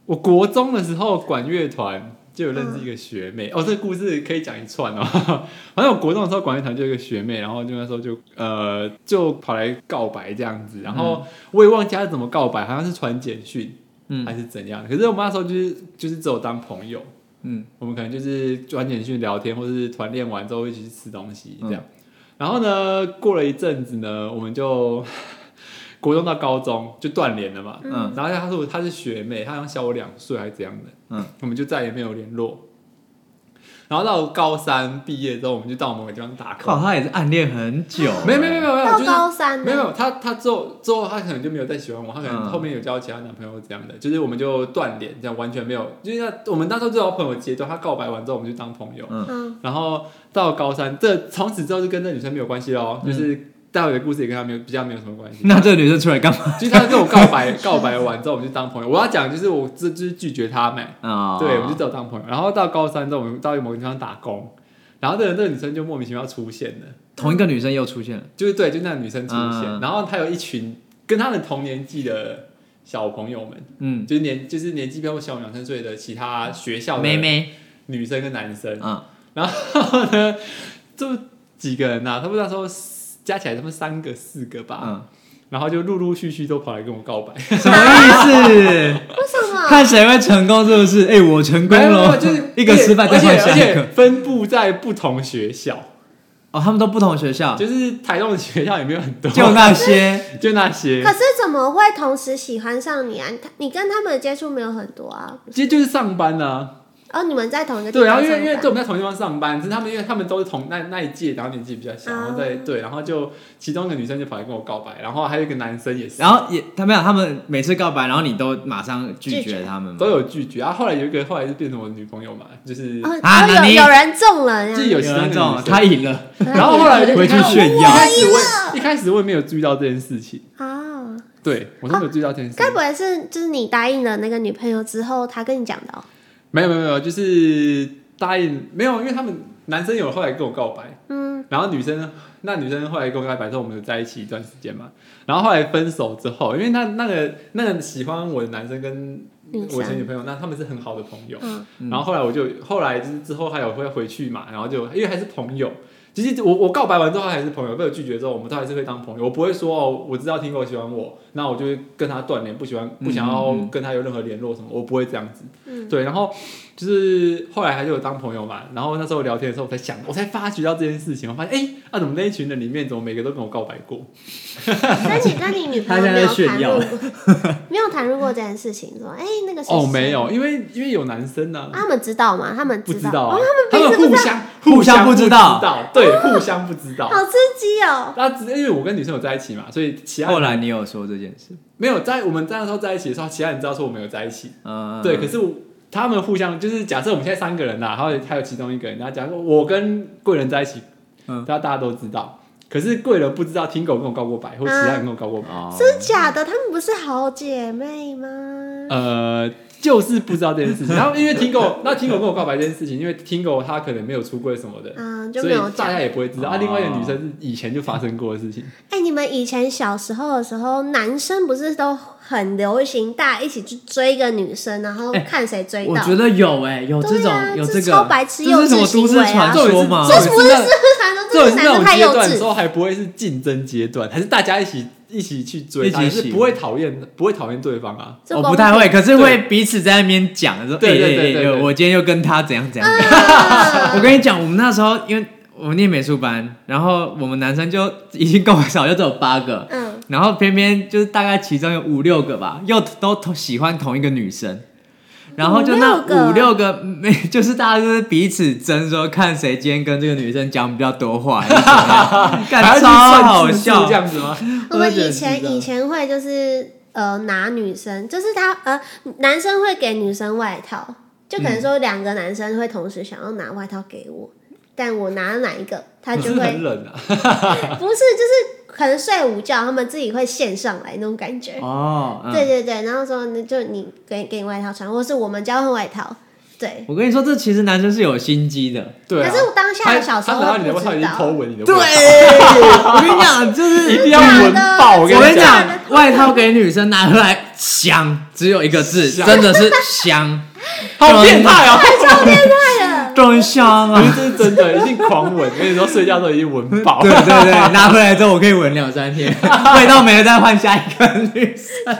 C: 我国中的时候管乐团就有认识一个学妹，
B: 嗯
C: 哦，这个故事可以讲一串哦。 反正我国中的时候管乐团就有一个学妹，然后就那时候就呃就跑来告白这样子，然后我也忘记她是怎么告白，好像是传简讯
B: 嗯
C: 还是怎样。可是我们那时候就是就是只有当朋友，
B: 嗯，
C: 我们可能就是传简讯聊天，或是团练完之后一起去吃东西这样。
B: 嗯
C: 然后呢，过了一阵子呢，我们就 国中到高中就断联了嘛。
B: 嗯
C: 然后她说她是学妹，她好像小我两岁还是怎样的。
B: 嗯，
C: 我们就再也没有联络。然后到高三毕业之后，我们就到某个地方打
B: 靠，
C: 工。
B: 他也是暗恋很久。
C: 没有没有没有没有，
D: 到
C: 就是
D: 高三
C: 没有没
D: 呢，
C: 有，她她之后之后她可能就没有再喜欢我，她可
B: 嗯
C: 能后面有交其他男朋友这样的，就是我们就断联，这样完全没有，就是那我们那时候就到朋友阶段，她告白完之后我们就当朋友。
D: 嗯，
C: 然后到高三，这从此之后就跟这女生没有关系喽，就
B: 嗯
C: 是待会的故事也跟她没有比较没有什么关系。
B: 那这个女生出来干嘛
C: 就是她跟我告白，告白完之后我们就当朋友。我要讲就是我这就是拒绝她嘛，
B: 啊？
C: 对，我们就只有当朋友。然后到高三之后，我们到某个地方打工，然后这个这个女生就莫名其妙出现了，
B: 同一个女生又出现了。
C: 就是对，就那个女生出现，
B: 嗯
C: 然后她有一群跟她的同年纪的小朋友们，
B: 嗯，
C: 就是年就是年纪比我小两三岁的其他学校的
B: 妹妹，
C: 女生跟男生，
B: 嗯
C: 然后呢，就几个人呐、啊，他们那时候加起来他们三个四个吧，
B: 嗯，
C: 然后就陆陆续续都跑来跟我告白，
B: 什么意思？
D: 为什么？
B: 看谁会成功，是不是？哎，我成功
C: 没有没有没
B: 了
C: 有，就是
B: 一个失败
C: 而
B: 再
C: 且
B: 换
C: 而
B: 下一
C: 且
B: 个。
C: 分布在不同学校，
B: 哦，他们都不同学校，
C: 就是台中的学校也没有很多，
B: 就那些。
C: 就那些
D: 可，是怎么会同时喜欢上你啊？你你跟他们的接触没有很多啊？
C: 其实就是上班啊，
D: 哦，你们在同一个地
C: 对，然后
D: 方
C: 因为
D: 上
C: 因为
D: 班
C: 对，我们在同一个地方上班，只是他们因为他们都是同那那一届，然后年纪比较小，然后对对，然后就其中一个女生就跑来跟我告白，然后还有一个男生也是
B: 然后也他没有，他们每次告白，然后你都马上拒
D: 拒
B: 绝
D: 绝
B: 他们吗？
C: 都有拒绝，然啊后后来有一个后来就变成我女朋友嘛，就是
D: 哦，
B: 啊
D: 哦
B: 那你
D: 有有人中了，这
C: 就
D: 样
C: 有
B: 有
C: 其中一个
B: 那
C: 女
B: 种
C: 生，
B: 他赢了，
C: 然后后来就
B: 回去
C: 看到
B: 炫
C: 一
B: 耀
C: 开始我也一开始我也没有注意到这件事情，
D: 哦，
C: 对我都没有注意到这件事情
D: 该，不会是就是你答应了那个女朋友之后，她跟你讲的哦？
C: 没有没有没有，就是答应没有，因为他们男生有后来跟我告白，
D: 嗯，
C: 然后女生那女生后来跟我告白之后，我们有在一起一段时间嘛，然后后来分手之后，因为那那个那个喜欢我的男生跟
D: 女生
C: 我前女朋友，那他们是很好的朋友，
D: 嗯
C: 然后后来我就后来就是之后还有会回去嘛，然后就因为还是朋友。其实我我告白完之后还是朋友，被我拒绝之后，我们都还是会当朋友。我不会说哦，我知道听狗喜欢我，那我就会跟他断联，不喜欢不想要
B: 嗯嗯嗯
C: 跟他有任何联络什么，我不会这样子。
D: 嗯
C: 对，然后就是后来还是有当朋友嘛，然后那时候聊天的时候，我才想，我才发觉到这件事情，我发现，哎、啊，怎么那一群人里面，怎么每个都跟我告白过？
D: 那你跟你女朋友
B: 她现在
D: 没有
B: 在炫
D: 谈
B: 耀
D: 论过，没有谈论过这件事情，说哎那个谁
C: 哦，
D: 谁
C: 没有，因为因为有男生呢、
D: 啊，他们知道吗？他们
C: 不
D: 知
C: 知道啊，
D: 哦
C: 他
D: 彼
C: 们
D: 此不
C: 互
D: 知
C: 相
B: 互
C: 互
B: 相
C: 不
B: 不知道
C: 道，对，互相不知道。
D: 好刺激哦！
C: 那只因为我跟女生有在一起嘛，所以其他
B: 后
C: 人
B: 来你有说这件事，
C: 没有在我们在那时候在一起的时候，其他人知道说我们有在一起，
B: 嗯，
C: 对，可是我他们互相就是假设我们现在三个人呐、然后还有其中一个人，然后假如我跟贵人在一起，
B: 嗯
C: 大家大家都知道，可是贵人不知道听狗跟我告过白，或其他人跟我告过白，
B: 哦，
D: 真的假的？他们不是好姐妹吗？
C: 呃，就是不知道这件事情。然后因为听狗，那听狗跟我告白这件事情，因为听狗他可能没有出柜什么的。
D: 啊，就
C: 所
D: 没
C: 以
D: 有讲
C: 大。家也不会知道，啊，
B: 哦
C: 另外一个女生是以前就发生过的事情，
D: 哎、你们以前小时候的时候，男生不是都很流行，大家一起去追一个女生，然后
B: 哎
D: 看谁追
B: 我
D: 到。
B: 觉得有哎，有这
D: 对啊
B: 种有
D: 这
B: 这个
D: 超白痴
B: 这是什么
D: 幼稚
B: 都
D: 行
B: 市
D: 为啊
B: 传说吗？
C: 这不是
D: 常常
C: 这
D: 都
C: 种
D: 是
C: 是那
D: 男生
C: 种
D: 太
C: 阶
D: 幼
C: 段的时
D: 稚，
C: 候还不会是竞争阶段，还是大家一起一起去追她，
B: 一
C: 还
B: 起
C: 是不会讨厌不会讨厌对方啊？
D: 这
B: 我
D: 光
B: 哦不太会，可是会彼此在那边讲说，
C: 对对
B: 哎哎
C: 对对
B: 哎
C: 对
B: 我今天又跟他怎样怎样。怎样
D: 啊
B: 我跟你讲，我们那时候因为我念美术班，然后我们男生就已经够少，就只有八个，
D: 嗯，
B: 然后偏偏就是大概其中有五六个吧，又都同喜欢同一个女生，然后就那
D: 五六个
B: 五六个没， 就是大家就是彼此争说看谁今天跟这个女生讲比较多话，还
C: 还要去
B: 是怎样干超
C: 算
B: 好
C: 字数
B: 笑
C: 这。样子吗？
D: 我
B: 我
D: 们
B: 觉得
D: 以
B: 是
D: 前
B: 这样
D: 以前会就是呃拿女生，就是他呃男生会给女生外套，就可能说两个男生会同时想要拿外套给我，但我拿哪一个，他
C: 可
D: 就 是会
C: 很冷啊，
D: 不是就是可能睡午觉，他们自己会献上来那种感觉。
B: 哦，嗯
D: 对对对，然后说那就你给给你外套穿，或是我们交换外套，对。
B: 我跟你说，这其实男生是有心机的。
C: 对啊。
D: 可是我当下
C: 他
D: 的小时
C: 他
D: 候
C: 拿到你的
D: 不
C: 外套已
D: 知
C: 经偷
D: 道，
C: 闻你的
B: 对，
C: 味道，
B: 我跟你讲，就是
C: 一定要闻爆。我
B: 我跟
C: 跟
B: 你
C: 你
B: 讲
C: 讲，，
B: 外套给女生拿回来香，只有一个字，
C: 香
B: 真的是香，
C: 好变态哦！
D: 对了，
B: 真香
C: 可
B: 啊！
C: 是这是真的，一定狂闻。我跟你说，睡觉都已经闻爆
B: 对。对对，拿回来之后我可以闻两三 天，味道没了再换下一个女生。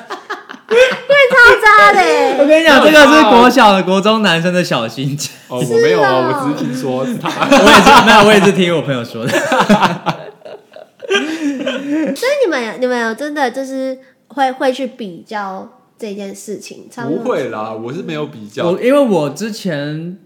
D: 超渣的欸。
B: 我跟你讲，这个是国小的、国中男生的小心机。
C: 哦，我没有
D: 是
C: 哦，
D: 哦
C: 我只是听说 是他。
B: 我也是，没有，我也是听我朋友说的。
D: 所以你们有你们有真的就是会会去比较这件事情，超
C: 不会啦，我是没有比较
B: 我。因为我之前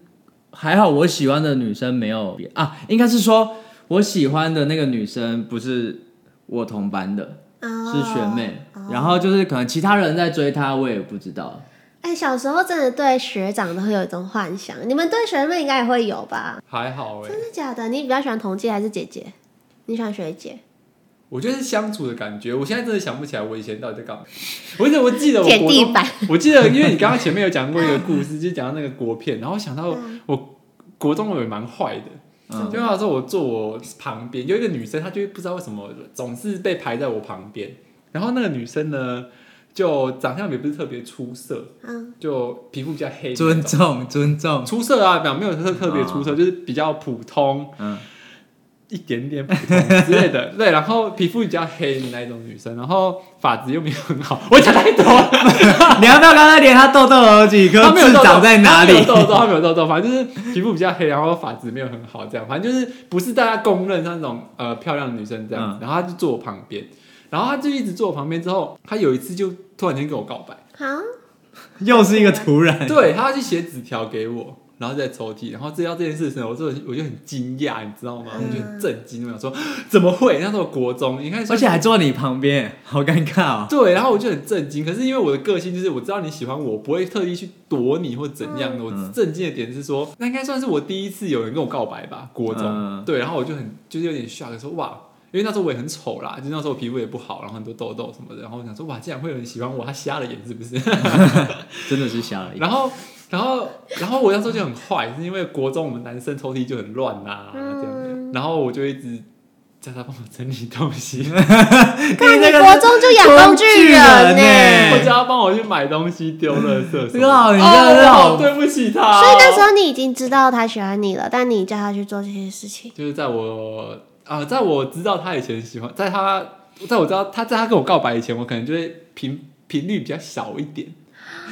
B: 还好，我喜欢的女生没有啊，应该是说我喜欢的那个女生不是我同班的。
D: 哦
B: 是学妹，然后就是可能其他人在追她，我也不知道。
D: 哎、小时候真的对学长都会有一种幻想，你们对学妹应该也会有吧？
C: 还好哎、
D: 真的假的？你比较喜欢同届还是姐姐？你喜欢学姐？
C: 我觉得是相处的感觉。我现在真的想不起来我以前到底在干嘛。我记得，我记得我
D: 舔
C: 国
D: 地
C: 中
D: 板。
C: 我记得，因为你刚刚前面有讲过一个故事，就讲到那个国
D: 嗯
C: 片，然后我想到我国中我也蛮坏的，
B: 嗯，
C: 就那时候我坐我旁边有一个女生，她就不知道为什么总是被排在我旁边。然后那个女生呢，就长相也不是特别出色，
D: 嗯，
C: 就皮肤比较黑那种，
B: 尊重啊尊重，
C: 出色啊，表没有特特别出色，就是比较普通
B: 嗯，
C: 一点点普通之类的。 对，然后皮肤比较黑的那一种女生，然后发质又没有很好， 我讲太多了。
B: 你要不要刚才连她痘痘有几颗
C: 他没有
B: 痣
C: 痘痘
B: 长在哪里
C: 他没有？痘痘，他没有痘痘，反正就是皮肤比较黑，然后发质没有很好，这样，反正就是不是大家公认那种呃漂亮的女生这样
B: 嗯
C: 子。然后她就坐我旁边，然后她就一直坐我旁边，之后她有一次就突然间跟我告白，
D: 好，
B: 又是一个突然，
C: 对，她要去写纸条给我，然后再抽屉，然后知道这件事情，我就我就很惊讶，你知道吗？我就很震惊，我想说 怎么会？那时候国中，你看，
B: 而且还坐你旁边，好尴尬哦。
C: 对，然后我就很震惊。可是因为我的个性就是我知道你喜欢我，我不会特意去躲你或怎样的。我
B: 嗯
C: 震惊的点是说，那应该算是我第一次有人跟我告白吧，国中。
B: 嗯
C: 对，然后我就很就是有点 shock，说哇。因为那时候我也很丑啦，就那时候我皮肤也不好，然后很多痘痘什么的，然后我想说哇，竟然会有人喜欢我，他瞎了眼是不 是？
B: 真的是瞎了一
C: 然后，然后，然后我那时候就很坏，是因为国中我们男生抽屉就很乱啦、
D: 嗯
C: 这样，然后我就一直叫他帮我整理东西，
B: 看
D: 你国中就养工具人
B: 工具人
D: 呢、
B: 欸
C: 我叫他帮我去买东西丢垃圾什么
B: 这个
C: 的。
B: 好，你这个是
C: 哦
B: 好，
C: 对不起他。
D: 所以那时候你已经知道他喜欢你了，但你叫他去做这些事情，
C: 就是在我啊、在我知道他以前喜欢，在他在我知道他在他跟我告白以前，我可能就会频频率比较少一点。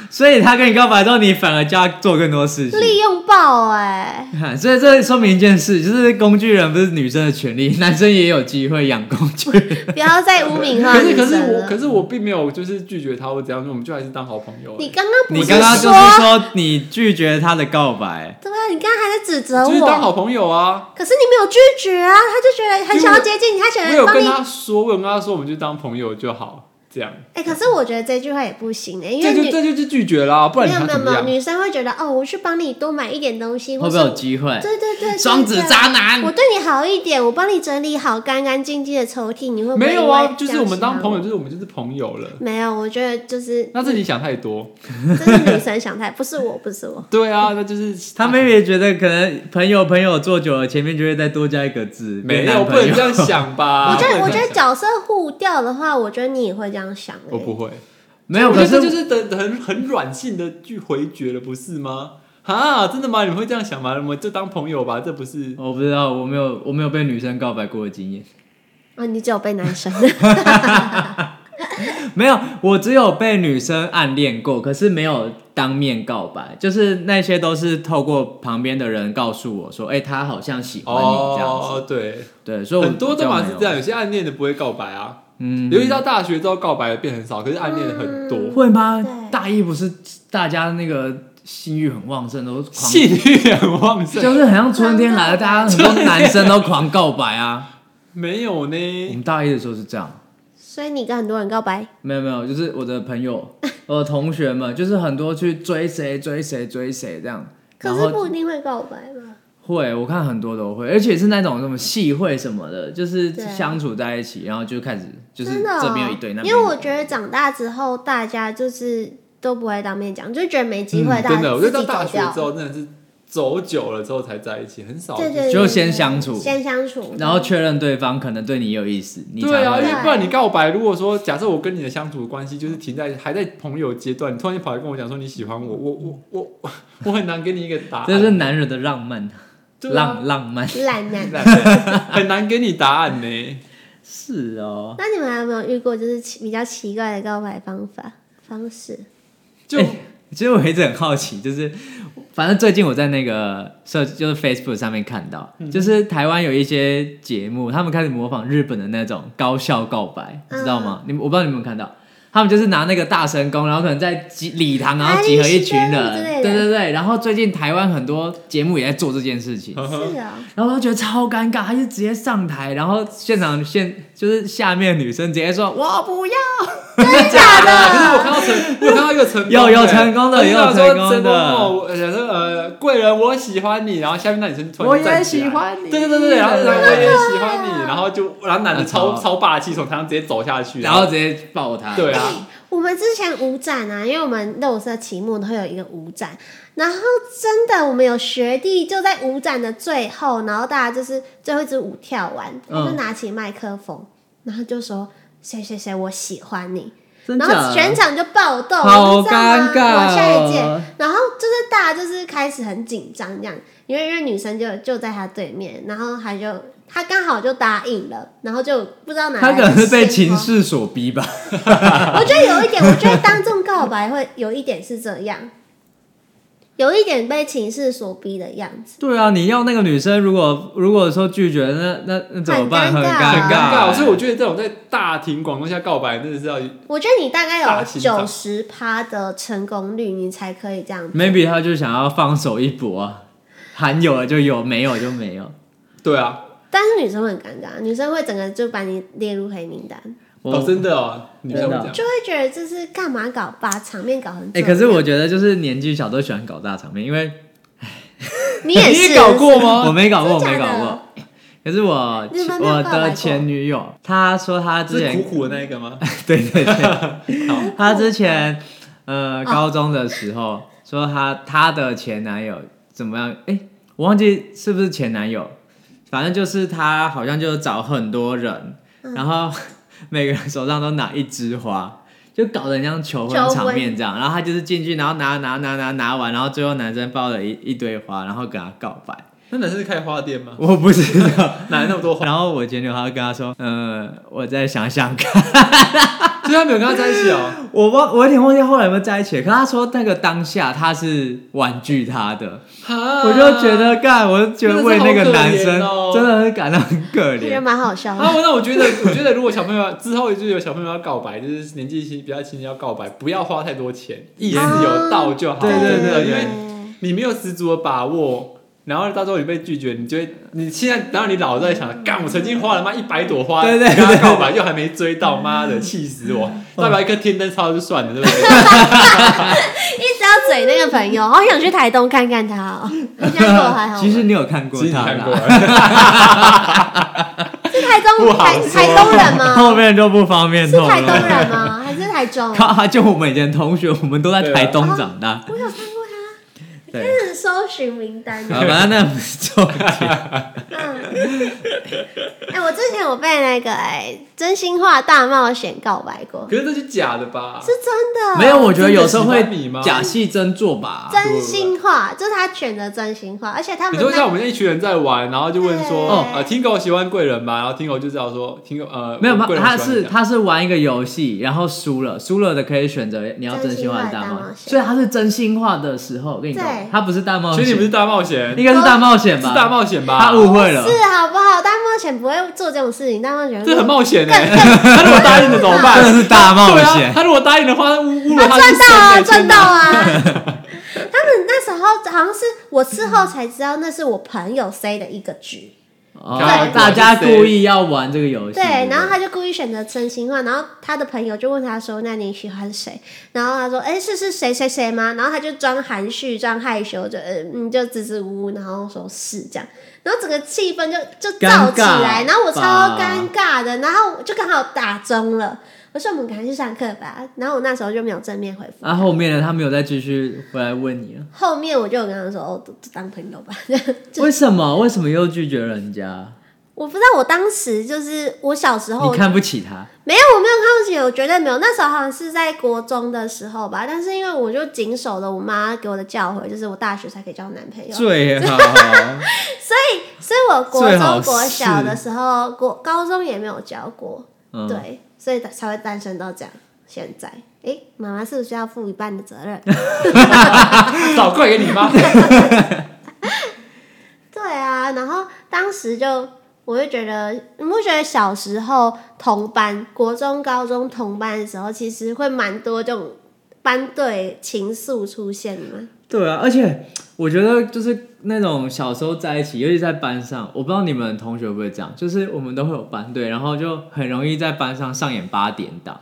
B: 所以他跟你告白之后，你反而叫他做更多事情。
D: 利用爆哎、
B: 看，所以这说明一件事，就是工具人不是女生的权利，男生也有机会养工具 人。
D: 不要再污名化
C: 可是
D: 女
C: 可是
D: 生
C: 我可
D: 了。
C: 是我并没有就是拒绝他或怎样，我们就还是当好朋友。
D: 你刚刚不
B: 你
D: 是
B: 刚刚就
D: 说
B: 是说你拒绝他的告白，
D: 对啊吧？你刚刚还在指责
C: 就是当好
D: 我，
C: 朋友啊！
D: 可是你没有拒绝啊，他就觉得很想要接近你，他
C: 我
D: 想
C: 有
D: 要帮
C: 跟
D: 你。
C: 他说，我有跟他说，我们就当朋友就好，这样
D: 哎、可是我觉得这句话也不行的、因
C: 这
D: 为
C: 就
D: 女
C: 这就是拒绝啦，不然你
D: 没有
C: 想
D: 没有
C: 怎
D: 没
C: 么
D: 有，
C: 样？
D: 女生会觉得哦，我去帮你多买一点东西，
B: 会
D: 或
B: 不
D: 是
B: 会有机会？
D: 对对对，
B: 双子
D: 对对
B: 渣男
D: 我对你好一点，我帮你整理好干干净净的抽屉，你会不会
C: 没有啊，
D: 因为
C: 就是
D: 这样
C: 我们当
D: 喜欢
C: 朋友，就是我们就是朋友了。
D: 没有，我觉得就是
C: 那是你想太多。
D: 这是女生想太，不是我，不是 我。
C: 对啊，那就是
B: 他们也觉得可能朋友朋友做久了，前面就会再多加一个字，
C: 没
B: 变
C: 有，
B: 男
C: 不
B: 朋
C: 能
B: 友
C: 这样。想吧。
D: 我觉得，
C: 不
D: 我
C: 能这
D: 觉
C: 样想
D: 得角色互调的话，我觉得你也会这样想、欸。
C: 我不会。
B: 没有，
C: 我觉
B: 可
C: 得这
B: 是
C: 就是很很很软性的去回绝了，不是吗？啊，真的吗？你们会这样想吗？我们就当朋友吧，这不是
B: 我不知道，我没有，我没有被女生告白过的经验。
D: 啊，你只有被男 生。
B: 没有，我只有被女生暗恋过，可是没有当面告白，就是那些都是透过旁边的人告诉我说，哎、他好像喜欢你这样子。
C: 哦，对，
B: 对，所以我
C: 很多的
B: 都
C: 嘛
B: 没
C: 是
B: 有
C: 这样，有些暗恋的不会告白啊，
B: 嗯，
C: 尤其到大学之后告白的变很少，可是暗恋的很多。
D: 嗯
B: 会吗
D: 对？
B: 大一不是大家那个性欲很旺盛，都狂，
C: 性欲很旺
B: 就
C: 盛，
B: 是很像春天来了，大家很多男生都狂告白啊。
C: 没有
B: 我
C: 呢。
B: 们大一的时候是这样，
D: 所以你跟很多人告白，
B: 没有没有，就是我的 朋友、我的同学们，就是很多去追谁追谁追谁这样，
D: 可
B: 然
D: 是
B: 后
D: 不一定会告白吧？
B: 会我看很多都会，而且是那种什么戏会什么的，就是
D: 对
B: 相处在一起，然后就开始就是
D: 真的哦、
B: 这边有一对，那边
D: 因为我觉
B: 得
D: 得长大之后，大家就是都不会当面讲，就觉得没机会，
B: 嗯
D: 大家
C: 真的，我觉
D: 自
C: 得到
D: 己
C: 大
D: 走
C: 学
D: 掉。
C: 之后真的是走久了之后才在一起，很少。
D: 对对对，
B: 就
D: 对
B: 先
D: 对
B: 相处
D: 先相处，
B: 然后确认对方可能对你有意思，你才
C: 对啊，
B: 会
C: 因为
D: 对
C: 不然你告白，如果说假设我跟你的相处关系就是停在还在朋友阶段，你突然间跑来跟我讲说你喜欢我，我我我我我很难给你一个答案，
B: 这是男人的浪漫，
C: 对啊
B: 浪浪漫
D: 烂男。
C: 很难给你答案呢。
B: 是哦。
D: 那你们还有没有遇过就是奇比较奇怪的告白方法方式？
C: 就、
B: 欸其实我一直很好奇，就是反正最近我在那个社就是 Facebook 上面看到，就是台湾有一些节目，他们开始模仿日本的那种高校告白，
D: 嗯
B: 知道吗？你们我不知道你们有没有看到。他们就是拿那个大神功，然后可能在集礼堂，然后集合一群
D: 哎你是这样之类
B: 人，
D: 的
B: 对对对。然后最近台湾很多节目也在做这件事情，
C: 呵呵
D: 是啊、
B: 然后我就觉得超尴尬，他就直接上台，然后现场现就是下面的女生直接说“我不要”，
D: 真假
C: 可是我
D: 的？
C: 看到
B: 啊
C: 成，我看到一个成功的，
B: 有有成功的
C: 我就想说
B: 有成功的
C: 成功哦我假设呃贵人我喜欢你，然后下面那女生突
B: 我
C: 然
B: 也
C: 就站起来
B: 喜欢你
C: 对对对对，然后然后我也喜欢
D: 真
C: 你，
D: 的
C: 然后就然后男的超
B: 啊超
C: 超霸气，从台上直接走下去，
B: 然后直接抱他。
C: 对啊，
D: 我们之前舞展啊，因为我们六社期末都会有一个舞展，然后真的我们有学弟就在舞展的最后，然后大家就是最后一支舞跳完，他就
B: 嗯
D: 拿起麦克风，然后就说谁谁谁我喜欢你，
B: 真假
D: 然
B: 的
D: 后全场就暴动，
B: 好
D: 你知道吗
B: 尴尬哦
D: 我下一届，然后就是大家就是开始很紧张这样，因为因为女生就就在他对面，然后他就他刚好就答应了，然后就不知道哪来
B: 他
D: 的
B: 可能是被
D: 鲜
B: 情
D: 花
B: 势所逼吧。
D: 我觉得有一点，我觉得当众告白会有一点是这样，有一点被情势所逼的样子。
B: 对啊，你要那个女生，如果如果说拒绝，那那那怎么办？
D: 很
B: 很
D: 尴尬啊
C: 很尴
B: 尬，
C: 尬。所以我觉得这种在大庭广众下告白，真的是要
D: 我觉得你大概
C: 大
D: 有
C: 心脏
D: 九十趴的成功率，你才可以这样。
B: maybe 他就想要放手一搏啊，含有了就有，没有就没有。
C: 对啊，
D: 但是女生会很尴尬，女生会整个就把你列入黑名单，
B: 我
C: 哦，真的哦，女生会
B: 真的
C: 讲
D: 就会觉得这是干嘛搞，把场面搞很。
B: 哎、可是我觉得就是年纪小都喜欢搞大场面，因为
D: 你 也
C: 你
D: 是
C: 也搞过吗？
B: 我没搞过，我
D: 真
B: 没
D: 的假
B: 搞
D: 的
B: 过。 可是我
D: 你们没有告
B: 我
D: 白
B: 的
D: 过
B: 前女友，她说她之
C: 是
B: 前
C: 苦苦的那一个吗？
B: 对 对对，她之前呃高中的时候、说她她的前男友怎么样？哎、我忘记是不是前男友，反正就是她好像就找很多人，
D: 嗯
B: 然后 每个人手上都拿一枝花。就搞得很像求婚
D: 求婚
B: 场面这样，然后她就是进去，然后拿拿拿拿拿完，然后最后男生抱了一一堆花，然后跟她告 白。
C: 那男生是开花店吗？
B: 我不知道，
C: 哪来那么多花？
B: 然后我前女友她就跟他说，嗯、我再想想看，
C: 所以他没有跟他在一起哦。
B: 我忘，我有点忘记后来有没有在一起了。可他说那个当下他是婉拒他的，
C: 哈
B: 我就觉得干，我就觉得为那个男
C: 真的
B: 生
C: 呃是好可怜哦
B: 真的是感到很可
D: 我觉得
B: 怜。
D: 蛮好笑
C: 啊，
D: 的。
C: 我那我觉得，我觉得如果小朋友要之后就是有小朋友要告白，就是年纪轻比较轻要告白，不要花太多钱，意思有到就好。
B: 啊对对对
C: 因
B: 对
C: 为你没有十足的把握，然后到时候你被拒绝，你就会你现在，然后你老在想，干我曾经花了妈一百朵花，
B: 对对对嗯
C: 跟他告白又还没追到，妈的气死我！代表一颗天灯烧就算了，对不 对？
D: 一直要嘴那个朋友，好想去台东看看他哦。人家过还好吗，
B: 其实你有看过
C: 其实你
B: 他
C: 看过
B: 啦，
C: 了，
D: 是台
C: 不
D: 东
C: 好
D: 台
C: 说
D: 台东人 吗？
B: 后面就不方便
D: 是
B: 透
D: 台东
B: 露。
D: 人吗？ 还是台中？
B: 靠，他就我们以前同学，我们都在
C: 啊
B: 台东长大。
D: 我有看过他，
B: 对，
D: 是搜寻名单
B: 好
D: 的。
B: 吧，啊那不是 重点。
D: 嗯，哎，我之前有被那个哎真心话大冒险告白过，
C: 可是这是假的吧？
D: 是真的。
B: 没有，我啊觉得有时候会
C: 真的喜欢你吗
B: 假戏真做吧。
D: 真心话，就是他选的真心话，而且他
C: 你
D: 们
C: 说像我
D: 那
C: 们一群人在玩，然后就问说，
D: 对
C: 呃，听狗喜欢贵人吗？然后听狗就知道说，听狗呃，
B: 没有，
C: 贵人喜欢
B: 他是
C: 你啊
B: 他是玩一个游戏，然后输了，输了的可以选择你要真心话还是大
D: 真
B: 冒
D: 心话还是大冒
B: 险，
D: 险
B: 所以他是真心话的时候，我跟你讲
D: 对，
B: 他不是大冒
C: 所以你们
B: 险，
C: 是大冒险，
B: 应该是大冒险
C: 是
B: 吧？
C: 大冒险吧？
B: 他误会了
D: 不，哦是啊好不好？大冒险不会做这种事情，大冒险会
C: 这很冒险哎、
D: 更
C: 欸！他如果答应了怎么办？
B: 真的是大冒险
C: 哦对啊他如果答应的话，侮侮辱
D: 他
C: 他
D: 赚
C: 一
D: 到
C: 生
D: 啊，
C: 欸
D: 赚
C: 真
D: 到
C: 的。
D: 啊！ 他们那时候好像是我事后才知道，那是我朋友塞的一个局。
B: 哦
C: 对
B: 大家故意要玩这个游戏，
D: 对，然后
B: 他
D: 他就故意选择真心话，然后他的朋友就问他说：“那你喜欢谁？”然后他说：“哎、是是谁谁谁吗？”然后他就装含蓄、装害羞，就呃嗯，就支支吾吾，然后说是这样，然后整个气氛就就燥起来，
B: 尴
D: 然
B: 尬
D: 后我超
B: 吧
D: 尴尬的，然后就刚好打钟了，我说我们赶快去上课吧，然后我那时候就没有正面回复。
B: 啊后面呢，他没有再继续回来问你了，
D: 后面我就有跟他说：“哦，都都当朋友吧。 这样”
B: 为什么？为什么又拒绝人家？
D: 我不知道，我当时就是我小时候
B: 你看不起他？
D: 没有，我没有看不起，我绝对没有。那时候好像是在国中的时候吧，但是因为我就谨守了我妈给我的教诲，就是我大学才可以交男朋友，所
B: 最好，
D: 以我国
B: 最好
D: 中、
B: 是
D: 国小的时候，国高中也没有交过，
B: 嗯，
D: 对，所以才会单身到这样。现在，诶，妈妈是不是要负一半的责任？
C: 找过来给你妈，
D: 对啊，然后当时就我就觉得，你不觉得小时候同班，国中、高中同班的时候，其实会蛮多这种班队情愫出现吗？
B: 对啊，而且我觉得就是那种小时候在一起，尤其在班上，我不知道你们同学会不会这样，就是我们都会有班队，然后就很容易在班上上演八点档，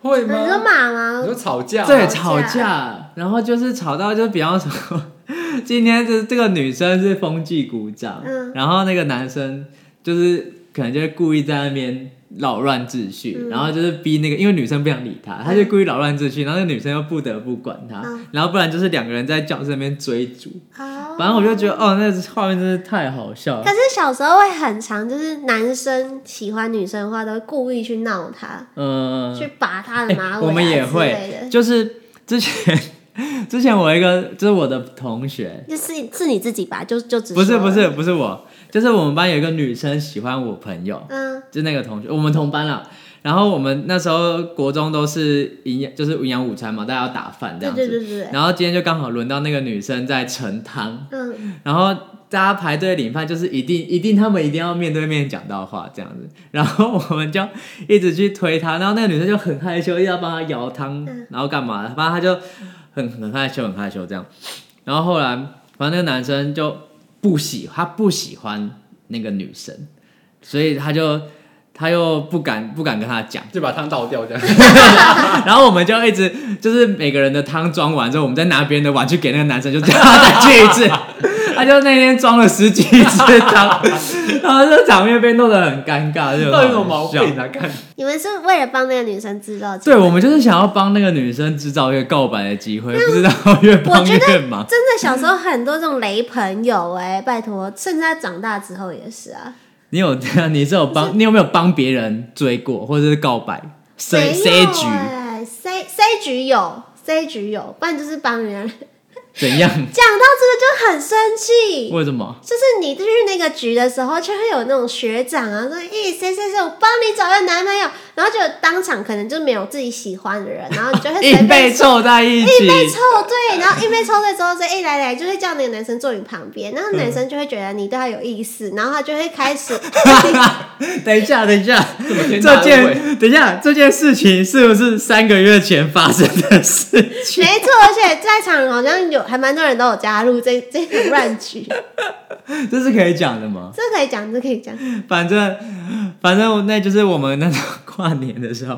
C: 会
D: 你说
C: 吗？
D: 妈
C: 你
D: 妈
C: 说吵架？
B: 对，
D: 吵
B: 吵
D: 架
B: 架，然后就是吵到就比方说， 今天就是这个女生是风纪股长，
D: 嗯
B: 然后那个男生就是可能就是故意在那边。扰乱秩序，
D: 嗯
B: 然后就是逼那个，因为女生不想理他，他就故意扰乱秩序，然后那个女生又不得不管他，
D: 嗯
B: 然后不然就是两个人在教室那边追逐，
D: 啊
B: 反正我就觉得，哦，那画面真是太好笑
D: 可
B: 了。
D: 是小时候会很常，就是男生喜欢女生的话，都会故意去闹他，
B: 嗯、
D: 去拔他的马尾、啊
B: 我们也
D: 之类
B: 会，
D: 的。
B: 就是之前之前我一个就是我的同学，
D: 就是是你自己吧，就就只
B: 不是
D: 说
B: 不是，不是我，就是我们班有一个女生喜欢我朋友，
D: 嗯，
B: 就那个同学，我们同班啦。然后我们那时候国中都是营养，就是营养午餐嘛，大家要打饭这
D: 对
B: 样
D: 对对
B: 子。
D: 对对，
B: 然后今天就刚好轮到那个女生在盛汤，
D: 嗯，
B: 然后大家排队领饭，就是一定一定他们一定要面对面讲到话这样子，然后我们就一直去推她，然后那个女生就很害羞，一直要帮她舀汤
D: 嗯，
B: 然后干嘛，反正她就很很害羞，很害羞这样。然后后来，反正那个男生就不喜，他不喜欢那个女生，所以他就他又不敢不敢跟她讲。
C: 就把汤倒掉这样。
B: 然后我们就一直就是每个人的汤装完之后，我们再拿别人的碗去给那个男生，就叫他再去一次。 他就那天装了十几次汤，然后这场面被弄得很尴尬，就很好
C: 到底有什么毛
B: 笑
C: 病啊？ 看，
D: 你们是为了帮那个女生制造
B: 对，我们就是想要帮那个女生制造一个告白的机会，不知道越帮
D: 我觉
B: 越忙。
D: 真的小时候很多这种雷朋友哎、拜托，甚至他长大之后也是啊。
B: 你有这样？你是有帮？你有没有帮别人追过，或者是告白？塞
D: 没
B: 塞
D: 有
B: 局
D: 哎，C C 局有，C 局有，不然就是帮人家。
B: 怎样？
D: 讲到这个就很生气，
B: 为什么？
D: 就是你去那个局的时候，就会有那种学长啊说：“咦、谁谁谁，我帮你找个男朋友。”然后就当场可能就没有自己喜欢的人，然后你 就会随
B: 硬被
D: 便
B: 凑在一
D: 一被
B: 起
D: 凑对，然后一被凑对之后，再一来来就会叫那个男生坐你旁边，然后男生就会觉得你对他有意思，然后他就会开始
B: 等一下，等一下，
C: 怎么天大
B: 这
C: 的味
B: 件等一下，这件事情是不是三个月前发生的事？
D: 没错，而且在场好像有还蛮多人都有加入这这种乱局，
B: 这是可以讲的吗？
D: 这可以讲，这可以讲。
B: 反正反正那就是我们那时候跨年的时候，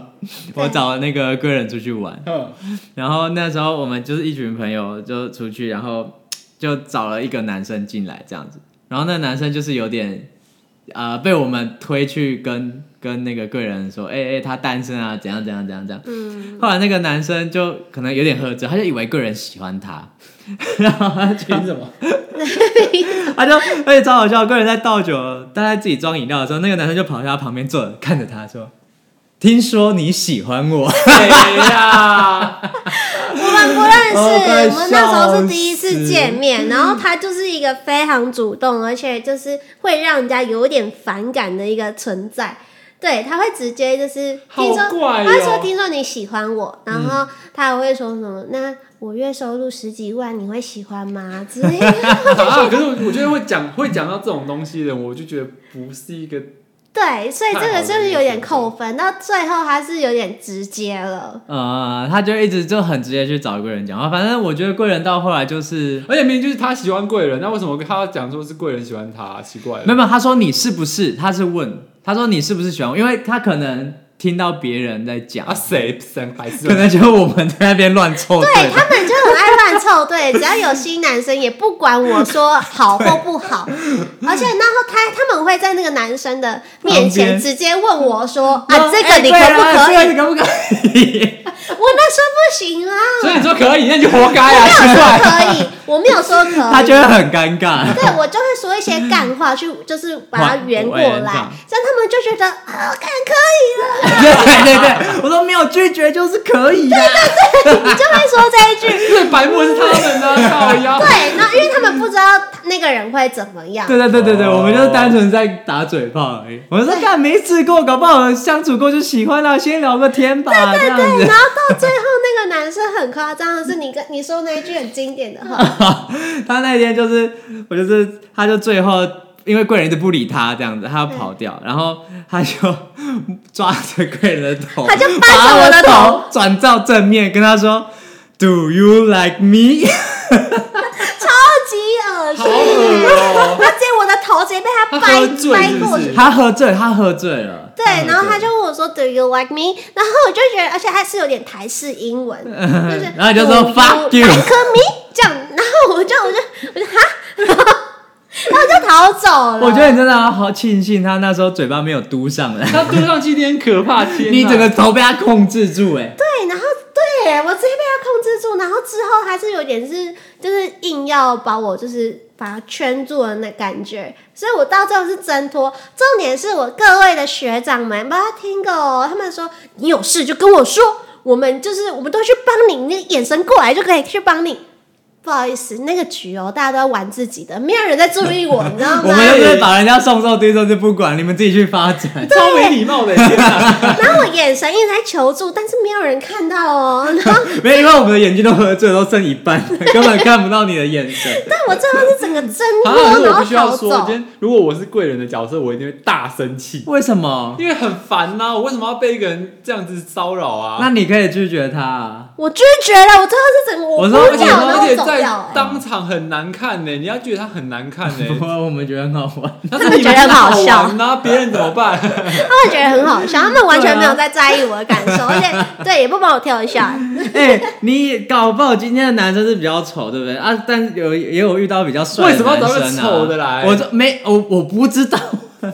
B: 我找那个贵人出去玩，
C: 嗯，
B: 然后那时候我们就是一群朋友就出去，然后就找了一个男生进来这样子，然后那男生就是有点呃被我们推去跟跟那个贵人说，哎、哎、他单身啊，怎样怎样怎样怎样。
D: 嗯，
B: 后来那个男生就可能有点喝醉，他就以为贵人喜欢他， 然后他就
C: 凭什 么？
B: 他就而且超好笑，个人在倒酒，大家自己装饮料的时候，那个男生就跑到他旁边坐着，看着他说：“听说你喜欢我。
C: 谁哎呀？ 啊
D: 我们不认识，
B: 哦快
D: 我们那时候是第一
B: 笑
D: 次
B: 死
D: 见
C: 嗯
D: 面，然后他就是一个非常主动，而且就是会让人家有点反感的一个存在。对，他会直接就是
C: 好
D: 听说，
C: 怪
D: 他会说
C: 哦
D: 听说你喜欢我，然后他还会说什么？那我月收入十几万，你会喜欢吗？之 类的。
C: 啊！可是我我觉得会讲会讲到这种东西的人，我就觉得不是一个
D: 对，所以这
C: 太好
D: 个
C: 了
D: 就是有点扣分，到最后他是有点直接了。”
B: 呃，他就一直就很直接去找贵人讲话。反正我觉得贵人到后来就是，
C: 而且明明就是他喜欢贵人，那为什么他要讲说是贵人喜欢他、奇怪
B: 没
C: 了，
B: 有没有，他说你是不是？他是问，他说你是不是喜欢我？因为他可能听到别人在讲
C: 啊，谁三白痴
B: 可
C: 哦？
B: 能就是我们在那边乱凑对
D: 对他们就很爱乱凑 对，只要有新男生也不管我说好或不好，而且然后他他们会在那个男生的面前
B: 旁边
D: 直接问我说啊
B: 然后
D: 这
B: 哎
D: 个你
B: 贵
D: 可
B: 人
D: 不
B: 啊
D: 可
B: 这个
D: 以？
B: 你可不可以？
D: 我那时候不行啊，
C: 所以你说可以，那你就活该啊， 奇怪。
D: 可以，我没有说可以，
B: 他就会很尴尬。
D: 对我就会说一些干话去，就是把它圆过来，这
B: 哇我也很
D: 样
B: 想
D: 他们就觉得啊，干可以了， 啊
B: 对啊对对，我说没有拒绝就是可以啊的。
D: 你就会说这一句。
C: 最白目的是他们呢，啊 靠腰。
D: 对，那因为他们不知道那个人会怎么样，
B: 对对对对对，
C: 哦
B: 我们就是单纯在打嘴炮而已。我们说干没试过，搞不好相处过就喜欢了，先聊个天吧，这样子。
D: 然后到最后，那个男生很夸张的是，你跟你说那一句很经典的 话，
B: 他那天就是，我就是，他就最后因为贵人一直不理他这样子，他要跑掉，然后他就抓着贵人的头，
D: 他就掰着我的头
B: 把他头，转到正面跟他说，Do you like me？
D: 超级恶
C: 好恶
D: 心耶！
C: 哦
D: 他直接我的头直接被他
C: 他
D: 掰
C: 喝醉
D: 掰
C: 是不
D: 过
C: 是
D: 去。
B: 他喝醉，他喝醉了。
D: 对，然后他就问我说，Do you like me？然后我就觉得，而且他是有点台式英 文，就是
B: 然后你就说
D: "Do
B: "Fuck you"
D: like me 这样，然后我就我就我就哈， 然后我就逃走了。
B: 我觉得你真的要好庆幸他那时候嘴巴没有嘟 上来，
C: 他丢上去有点可怕，天啊哪
B: 你整个头被他控制住、哎。
D: 对，然后对我直接被他控制住，然后之后他是有点是就是硬要把我就是把他圈住了那感觉，所以我到最后是挣脱。重点是我各位的学长们，不要听个哦，他们说你有事就跟我说，我们就是我们都去帮你，你眼神过来就可以去帮你。不好意思，那个局哦，大家都在玩自己的，没有人在注意我，你知道吗？
B: 我们又不是把人家送送丢送就不管，你们自己去发展。
C: 超没礼貌的，天哪
D: 然后我眼神一直在求助，但是没有人看到哦。然后，
B: 没，因为我们的眼睛都喝醉，都剩一半， 根本看不到你的眼神。
D: 但我最后是整个挣
C: 好像
D: 脱，
C: 是
D: 然
C: 啊我
D: 后
C: 必须要
D: 逃
C: 说，
D: 走
C: 今。天如果我是贵人的角色，我一定会大生气，
B: 为什么？
C: 因为很烦呐、我为什么要被一个人这样子骚扰啊？
B: 那你可以拒绝他、啊。
D: 我拒绝了，我最后是整个
B: 我
D: 我
B: 说
D: 不
C: 而且
D: 讲，然
C: 而
D: 后
C: 且
D: 走
C: 在
D: 掉、欸。
C: 当场很难看呢、你要觉得他很难看呢、
B: 我我们觉得很好玩。
C: 但是你
D: 他们觉得很好笑
C: 玩呐、别人怎么办？
D: 他们觉得很好笑，他们完全没有在在意我的感 受，而且对也不帮我跳一下。
B: 哎、你搞不好今天的男生是比较丑，对不对啊？但是有也有遇到比较帅的
C: 为
B: 男生啊。
C: 什么要找个丑的来
B: 我这没我我不知道，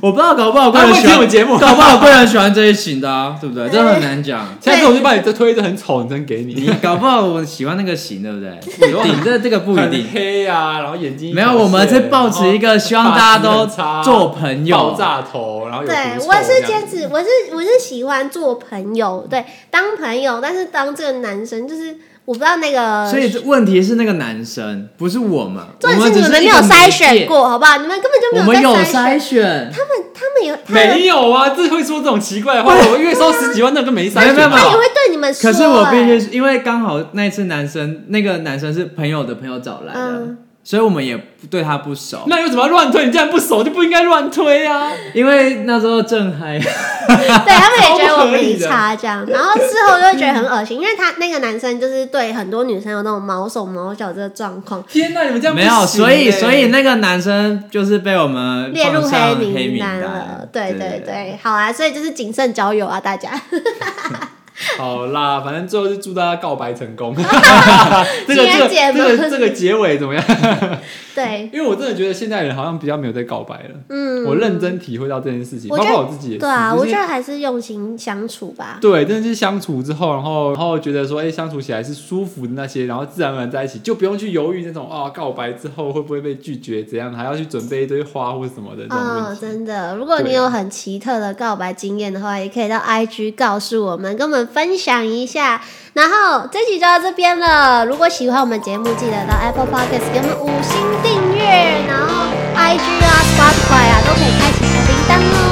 B: 我不知道搞不好贵
C: 他
B: 人
C: 会
B: 喜
C: 听我
B: 欢，
C: 节目，
B: 搞不好贵人喜欢这一型的啊，对 不对？这很难讲。
C: 下次我就把你这推一个很丑的女生给 你
B: 你，搞不好我喜欢那个型，对不对？
C: 有啊
B: 顶这这个不一定
C: 很。黑啊，然后眼睛
B: 没有，我们是保持一个希望大家都做
C: 做
B: 朋
C: 爆
B: 友。
C: 炸头，然后有
D: 对
C: 狐臭
D: 我是
C: 这样
D: 坚持，我是我是喜欢做朋友，对，当朋友，但是当这个男生就是我不知道那个，
B: 所以这问题是那个男生，不是我们。我
D: 重点
B: 们
D: 是
B: 只
D: 你们
B: 是
D: 没
B: 一
D: 有
B: 个
D: 筛
B: 媒
D: 选
B: 介，
D: 过，好不好？你们根本就
B: 我
D: 没
B: 们有
D: 有在
B: 筛
D: 筛选，
B: 选。
D: 他们他们有，他们
C: 没有啊，这会说这种奇怪的 话，我月收十几万那个没筛选
B: 没有没有没
D: 他
B: 有
D: 也会对你们说、
B: 可
D: 欸，
B: 是我必须，因为刚好那次男生，那个男生是朋友的朋友找来的，
D: 嗯
B: 所以我们也对他不熟。
C: 那有什么要乱推？你既然不熟就不应该乱推啊！
B: 因为那时候正 嗨，
D: 对他们也觉得我
C: 超不合理
D: 没
C: 的
D: 差这样，然后事后就会觉得很恶心，因为他那个男生就是对很多女生有那种毛手毛脚这个状 况，
C: 天哪，你们这样不
B: 没有，
C: 行
B: 所
C: 欸
B: 以所以那个男生就是被我们
D: 列入
B: 放上黑
D: 名
B: 单
D: 了。对
B: 对
D: 对，对，好啊，所以就是谨慎交友啊，大家。
C: 好啦，反正最后是祝大家告白成 功。这个
D: 今
C: 这个
D: 天节
C: 这个
D: 目
C: 这个结尾怎么样？
D: 对，
C: 因为我真的觉得现代人好像比较没有在告白了。
D: 嗯，
C: 我认真体会到这件事情，
D: 我
C: 包
D: 觉得
C: 括我自己也是。
D: 对啊，
C: 就是
D: 我觉得还是用心相处吧。
C: 对，真的是相处之后，然后然后觉得说，哎、相处起来是舒服的那些，然后自然而然在一起，就不用去犹豫那种啊、告白之后会不会被拒绝，怎样，还要去准备一堆花或什么的这种问
D: 嗯，
C: 题。
D: 真的，如果你有很奇特的告白经验的话，也可以到 IG 告诉我们，跟我们分享一下。然后这集就到这边了。如果喜欢我们节目，记得到 Apple Podcast 给我们五星订阅，然后 IG 啊、Spotify 啊都可以开启小铃铛哦。